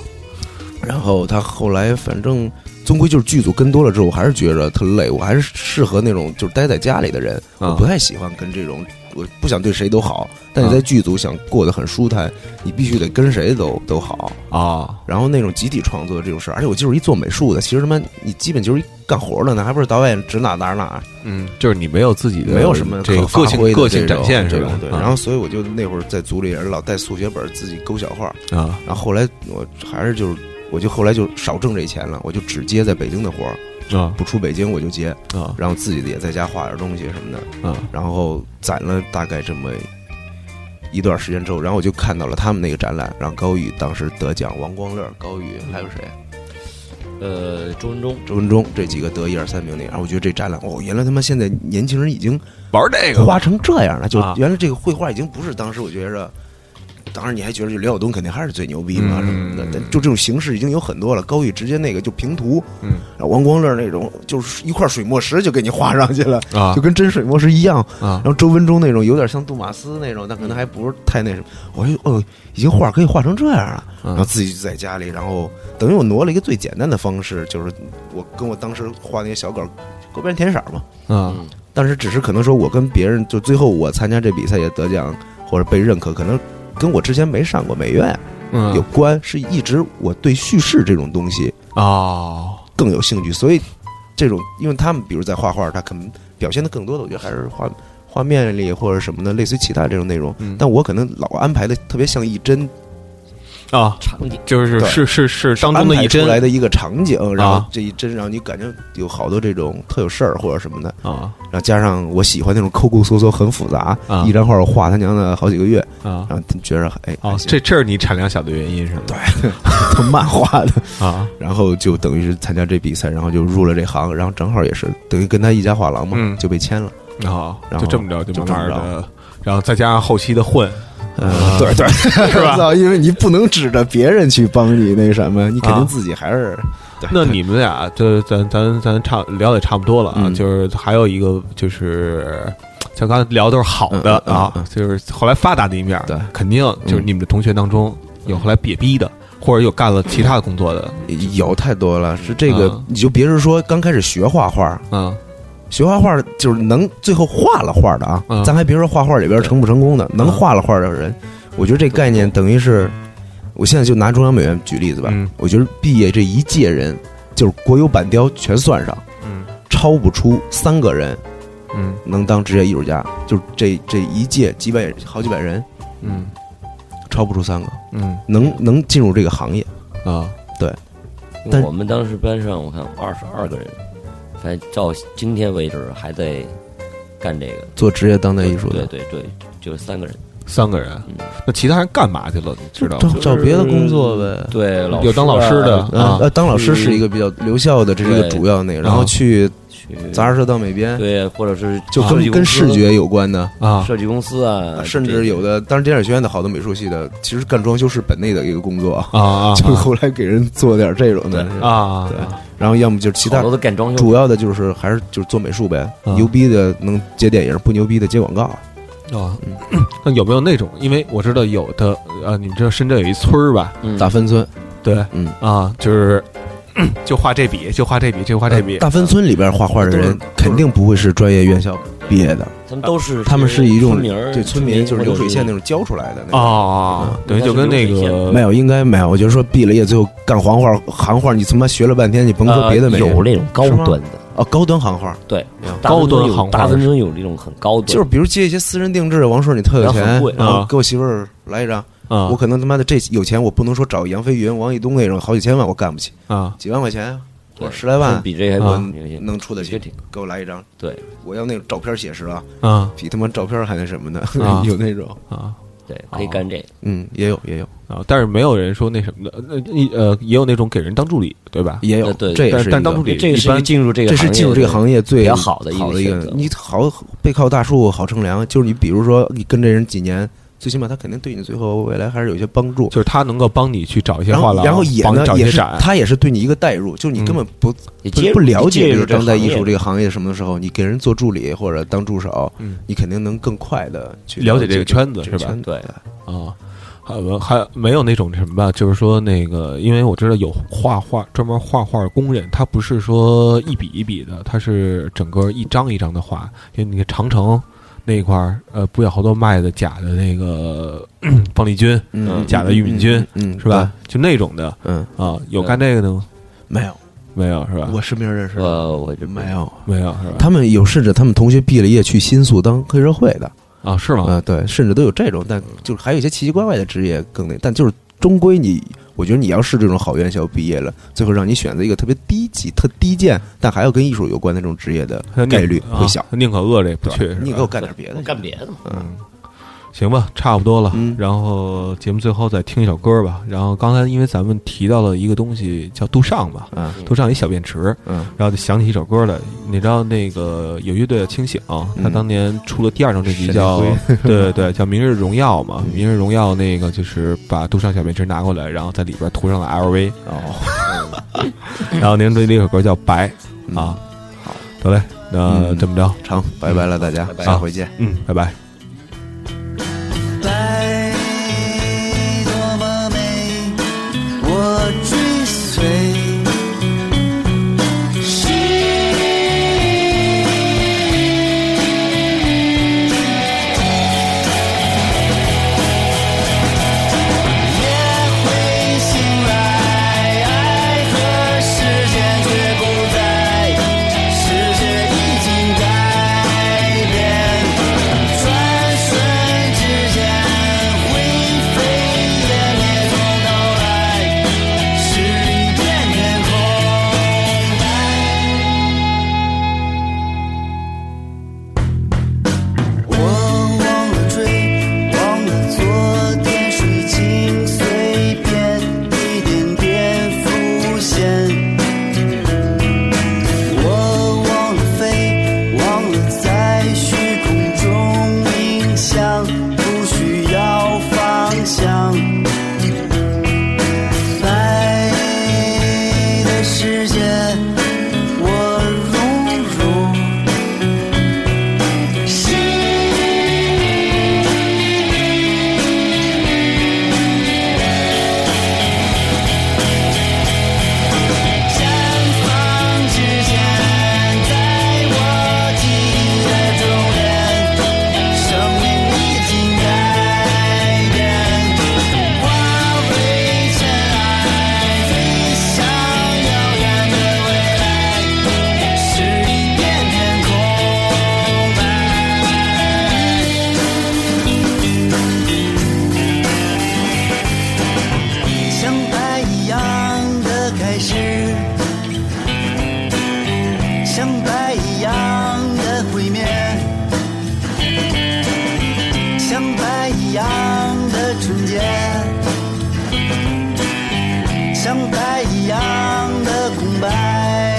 Speaker 3: 然后他后来反正终归就是剧组跟多了之后，我还是觉着特累，我还是适合那种就是待在家里的人，我
Speaker 2: 啊
Speaker 3: 不太喜欢跟这种。我不想对谁都好，但你
Speaker 2: 啊
Speaker 3: 在剧组想过得很舒坦，你必须得跟谁都都好。
Speaker 2: 啊
Speaker 3: 然后那种集体创作这种事儿，而且我就是一做美术的，其实他妈你基本就是一干活的呢，还不是导演指哪打哪，
Speaker 2: 嗯，就是你没有自己的
Speaker 3: 没有什么
Speaker 2: 这个
Speaker 3: 可
Speaker 2: 个
Speaker 3: 发
Speaker 2: 性
Speaker 3: 挥的
Speaker 2: 个
Speaker 3: 这
Speaker 2: 性
Speaker 3: 种
Speaker 2: 展现是
Speaker 3: 这
Speaker 2: 吧
Speaker 3: 种？对，
Speaker 2: 啊
Speaker 3: 然后所以我就那会儿在组里也是老带速写本自己勾小画，
Speaker 2: 啊
Speaker 3: 然后后来我还是就是我就后来就少挣这钱了，我就只接在北京的活儿，
Speaker 2: 啊
Speaker 3: 不出北京我就接，
Speaker 2: 啊
Speaker 3: 然后自己也在家画点东西什么的，
Speaker 2: 啊
Speaker 3: 然后攒了大概这么一段时间之后，然后我就看到了他们那个展览，然后高宇当时得奖，王光乐、高宇还有谁？
Speaker 4: 呃，周文中，
Speaker 3: 周文中这几个得一二三名那，然后我觉得这展览，哦，原来他妈现在年轻人已经
Speaker 2: 玩这个吧
Speaker 3: 画成这样了，就
Speaker 2: 啊
Speaker 3: 原来这个绘画已经不是当时我觉着，当然你还觉得就刘晓东肯定还是最牛逼嘛
Speaker 2: 嗯
Speaker 3: 什么的，但就这种形式已经有很多了。高宇直接那个就平涂，
Speaker 2: 嗯，
Speaker 3: 然后王光乐那种就是一块水墨石就给你画上去了，
Speaker 2: 啊
Speaker 3: 就跟真水墨石一样。
Speaker 2: 啊
Speaker 3: 然后周文中那种有点像杜马斯那种，但可能还不是太那什么。我说哦，已经画可以画成这样了，
Speaker 2: 嗯
Speaker 3: 然后自己就在家里，然后等于我挪了一个最简单的方式，就是我跟我当时画那些小稿，勾边填色嘛。
Speaker 2: 啊
Speaker 3: 当时只是可能说我跟别人，就最后我参加这比赛也得奖或者被认可，可能跟我之前没上过美院
Speaker 2: 嗯
Speaker 3: 有关，是一直我对叙事这种东西
Speaker 2: 哦
Speaker 3: 更有兴趣，所以这种因为他们比如在画画，他可能表现的更多的，我觉得还是画画面里或者什么的，类似于其他这种内容
Speaker 2: 嗯，
Speaker 3: 但我可能老安排的特别像一帧
Speaker 2: 啊，
Speaker 4: 场景
Speaker 2: 就是
Speaker 3: 对
Speaker 2: 是是是当中
Speaker 3: 安
Speaker 2: 的
Speaker 3: 排
Speaker 2: 一
Speaker 3: 出
Speaker 2: 帧
Speaker 3: 来的一个场景，然后
Speaker 2: 啊
Speaker 3: 这一帧，然后你感觉有好多这种特有事儿或者什么的，
Speaker 2: 啊
Speaker 3: 然后加上我喜欢那种抠抠搜搜很复杂，
Speaker 2: 啊
Speaker 3: 一张画我画他娘的好几个月，
Speaker 2: 啊
Speaker 3: 然后觉着哎，
Speaker 2: 啊
Speaker 3: 还，行
Speaker 2: 这这是你产量小的原因是吗？
Speaker 3: 挺漫画的，
Speaker 2: 啊，
Speaker 3: 然后就等于是参加这比赛，然后就入了这行，然后正好也是等于跟他一家画廊嘛，
Speaker 2: 嗯
Speaker 3: 就被签了。
Speaker 2: 然后
Speaker 3: 然后
Speaker 2: 就这么着，就
Speaker 3: 就
Speaker 2: 慢慢
Speaker 3: 这么
Speaker 2: 的，然后再加上后期的混
Speaker 3: 呃，对
Speaker 2: [LAUGHS]
Speaker 3: 对，是
Speaker 2: 啊吧
Speaker 3: 因为你不能指着别人去帮你那什么，你肯
Speaker 2: 啊
Speaker 3: 定自己还是。对
Speaker 2: 那
Speaker 3: 对
Speaker 2: 你们俩，这咱咱咱差聊得差不多了啊，
Speaker 3: 嗯
Speaker 2: 就是还有一个就是，像刚才聊都是好的
Speaker 3: 嗯嗯嗯
Speaker 2: 啊，
Speaker 3: 嗯
Speaker 2: 就是后来发达的一面，
Speaker 3: 对，
Speaker 2: 肯定就是你们的同学当中有后来瘪逼的，或者有干了其他的工作的，
Speaker 3: 有太多了，是这个
Speaker 2: 啊，
Speaker 3: 你就别是说刚开始学画画，
Speaker 2: 嗯
Speaker 3: 学画画就是能最后画了画的啊
Speaker 2: 嗯，
Speaker 3: 咱还别说画画里边成不成功的，能
Speaker 2: 嗯
Speaker 3: 画了画的人，我觉得这概念等于是，我现在就拿中央美院举例子吧，
Speaker 2: 嗯
Speaker 3: 我觉得毕业这一届人，就是国有板雕全算上，
Speaker 2: 嗯
Speaker 3: 超不出三个人
Speaker 2: 嗯
Speaker 3: 能当职业艺术家，就是这这一届几百好几百人，
Speaker 2: 嗯
Speaker 3: 超不出三个，
Speaker 2: 嗯
Speaker 3: 能能进入这个行业，
Speaker 2: 啊，
Speaker 3: 但
Speaker 4: 我们当时班上我看二十二个人，反正照今天为止还在干这个。
Speaker 3: 做职业当代艺术
Speaker 4: 对
Speaker 3: 的，
Speaker 4: 对对，就三个人，
Speaker 2: 三个人
Speaker 4: 嗯，
Speaker 2: 那其他人干嘛去了？你知道
Speaker 3: 找
Speaker 2: 吗？
Speaker 3: 找别的工作呗。
Speaker 4: 对，老
Speaker 2: 有当老师的啊
Speaker 3: 呃，当老师是一个比较留校的，这是一个
Speaker 4: 对
Speaker 3: 主要那个，然
Speaker 2: 啊
Speaker 3: 后去
Speaker 4: 去
Speaker 3: 杂志社当美编，
Speaker 4: 对，或者是
Speaker 3: 就
Speaker 4: 设
Speaker 3: 跟
Speaker 4: 计公
Speaker 3: 跟
Speaker 4: 司
Speaker 3: 视觉有关的，
Speaker 2: 啊，
Speaker 4: 设计公司啊，
Speaker 3: 甚
Speaker 4: 这
Speaker 3: 至有的，当然电影学院的好多美术系的，其实干装修是本内的一个工作啊，
Speaker 2: 啊啊
Speaker 3: [LAUGHS] 就后来给人做点这种的，
Speaker 2: 啊啊，
Speaker 3: 对然后要么就是其
Speaker 4: 好
Speaker 3: 他
Speaker 4: 多都干装修，
Speaker 3: 主要的就是还是就是做美术呗，
Speaker 2: 啊
Speaker 3: 牛逼的能接电影，不牛逼的接广告。
Speaker 2: 啊，那有没有那种？因为我知道有的，呃，你们知道深圳有一村儿吧？
Speaker 4: 嗯
Speaker 3: 大芬村，
Speaker 2: 对，
Speaker 3: 嗯
Speaker 2: 啊，就是咳 [COUGHS] 就画这笔，就画这笔，就画这笔。
Speaker 3: 大芬村里边画画的人肯定不会是专业院校毕业的，
Speaker 4: 他们都是
Speaker 3: 他们是一种
Speaker 4: 村民儿，
Speaker 3: 对村民就是流水线那
Speaker 4: 种，
Speaker 3: 种教出来的那嗯种。呃
Speaker 2: 哦，等于就跟那个
Speaker 3: 啊没有，应该没有。我就说毕了业最后干行话，行话你他妈学了半天，你甭说别的没
Speaker 4: 呃有那种高
Speaker 3: 是吗
Speaker 4: 端的，
Speaker 3: 啊，高端行话
Speaker 4: 对，大
Speaker 2: 高
Speaker 4: 芬
Speaker 2: 端
Speaker 4: 村有
Speaker 2: 行
Speaker 4: 大
Speaker 2: 话
Speaker 4: 芬村有那种很高端，
Speaker 3: 就是比如接一些私人定制，王硕你特有
Speaker 4: 然后很
Speaker 3: 钱
Speaker 4: 贵，
Speaker 2: 啊
Speaker 3: 然后给我媳妇儿来一张，
Speaker 2: 啊
Speaker 3: 我可能他妈的这有钱，我不能说找杨飞云、王一东那种好几千万我干不起，
Speaker 2: 啊
Speaker 3: 几万块钱啊
Speaker 4: 对
Speaker 3: 我十来万
Speaker 4: 比这还
Speaker 2: 啊
Speaker 4: 贵，有些
Speaker 3: 能出得
Speaker 4: 有些
Speaker 3: 起，
Speaker 4: 挺
Speaker 3: 给我来一张，
Speaker 4: 对
Speaker 3: 我要那种照片写实啊，
Speaker 2: 啊
Speaker 3: 比他妈照片还那什么
Speaker 4: [LAUGHS]
Speaker 3: 呢 [LAUGHS]
Speaker 2: 啊，
Speaker 3: 有那种，
Speaker 2: 啊
Speaker 4: 对，可以干这个，
Speaker 3: 嗯，也有也有
Speaker 2: 啊！但是没有人说那什么的，呃呃，也有那种给人当助理，对吧？
Speaker 3: 也有，
Speaker 4: 对对
Speaker 3: 这也
Speaker 2: 但
Speaker 3: 是一
Speaker 2: 但
Speaker 3: 个
Speaker 2: 当助理
Speaker 4: 这
Speaker 2: 一
Speaker 4: 个是一个
Speaker 2: 般
Speaker 4: 进入这个
Speaker 3: 这是进入这个行业
Speaker 4: 比
Speaker 3: 最
Speaker 4: 较好的一个
Speaker 3: 好的一
Speaker 4: 选择
Speaker 3: 你好背靠大树好乘凉，就是你比如说你跟这人几年，最起码他肯定对你最后未来还是有些帮助。
Speaker 2: 就是他能够帮你去找一些
Speaker 3: 然
Speaker 2: 画
Speaker 3: 后，
Speaker 2: 廊，
Speaker 3: 然后也
Speaker 2: 帮
Speaker 3: 呢
Speaker 2: 你，找一
Speaker 3: 也
Speaker 2: 些
Speaker 3: 是
Speaker 2: 展，嗯
Speaker 3: 他也是对你一个代入，就是你根本不
Speaker 4: 也
Speaker 3: 不
Speaker 4: 介入
Speaker 3: 不了解
Speaker 4: 介
Speaker 3: 这
Speaker 4: 入
Speaker 3: 个当代艺术这
Speaker 4: 个
Speaker 3: 个行业什么的时候，你给人做助理或者当助手
Speaker 2: 嗯，
Speaker 3: 你肯定能更快的去
Speaker 2: 了解这
Speaker 3: 这
Speaker 2: 个圈子
Speaker 3: 这个
Speaker 2: 是吧
Speaker 3: 圈子
Speaker 4: 对
Speaker 2: 啊。还有还没有那种什么吧，就是说那个，因为我知道有画画专门画画工人，他不是说一笔一笔的，他是整个一张一张的画。因为你看长城那一块儿，呃，不有好多卖的假的那
Speaker 3: [COUGHS]
Speaker 2: 个咳方力钧
Speaker 3: 嗯，
Speaker 2: 假的玉敏君
Speaker 3: 嗯，嗯
Speaker 2: 是吧？？就那种的
Speaker 3: 对嗯，
Speaker 2: 啊，有干这个的吗？
Speaker 3: 没有，
Speaker 2: 没有是吧？
Speaker 3: 我身边认识的
Speaker 4: 行，我我这
Speaker 3: 没有。
Speaker 2: 没有是吧？
Speaker 3: 他们有甚至他们同学毕了业去新宿当黑社会的，
Speaker 2: 啊，是吗？
Speaker 3: 啊，对，甚至都有这种，但就是还有一些奇奇怪怪的职业更那，但就是终归你，我觉得你要是这种好院校毕业了，最后让你选择一个特别低级、特低贱，但还要跟艺术有关的这种职业的
Speaker 2: 他宁
Speaker 3: 概率会小
Speaker 2: 啊，宁可饿着也不
Speaker 3: 对
Speaker 2: 去
Speaker 3: 吧，
Speaker 2: 是吧
Speaker 3: 你给我干点别的
Speaker 4: 我
Speaker 3: 去，
Speaker 4: 干别的嘛，
Speaker 3: 嗯，
Speaker 2: 行吧，差不多了。
Speaker 3: 嗯
Speaker 2: 然后节目最后再听一首歌吧。然后刚才因为咱们提到了一个东西叫杜尚吧，
Speaker 3: 啊，
Speaker 2: 杜尚一小便池，
Speaker 3: 嗯
Speaker 2: 然后就想起一首歌来。你知道那个有乐队的清醒，
Speaker 3: 嗯
Speaker 2: 他当年出了第二张专辑
Speaker 3: 沈
Speaker 2: 叫
Speaker 3: 辉
Speaker 2: 对 [LAUGHS] 对对叫《明日荣耀》嘛，《
Speaker 3: 嗯
Speaker 2: 明日荣耀》那个就是把杜尚小便池拿过来，然后在里边涂上了 LV，
Speaker 3: 哦，
Speaker 2: 然后您对那首歌叫《白》
Speaker 3: 嗯
Speaker 2: 啊。好，得嘞，那
Speaker 3: 嗯
Speaker 2: 这么着，
Speaker 3: 成，拜拜了大家，
Speaker 4: 拜
Speaker 3: 下回见。
Speaker 2: 嗯，拜拜。
Speaker 9: 白多么美，我追随。是也会醒来，爱和时间绝不在，世界已经改变。转瞬之间，灰飞烟灭从头来，是一片片空白。我忘了追，忘了昨天，水晶碎片一点点浮现。我忘了飞，忘了在虚空中冥想，不需要。像白一样的纯洁，像白一样的空白。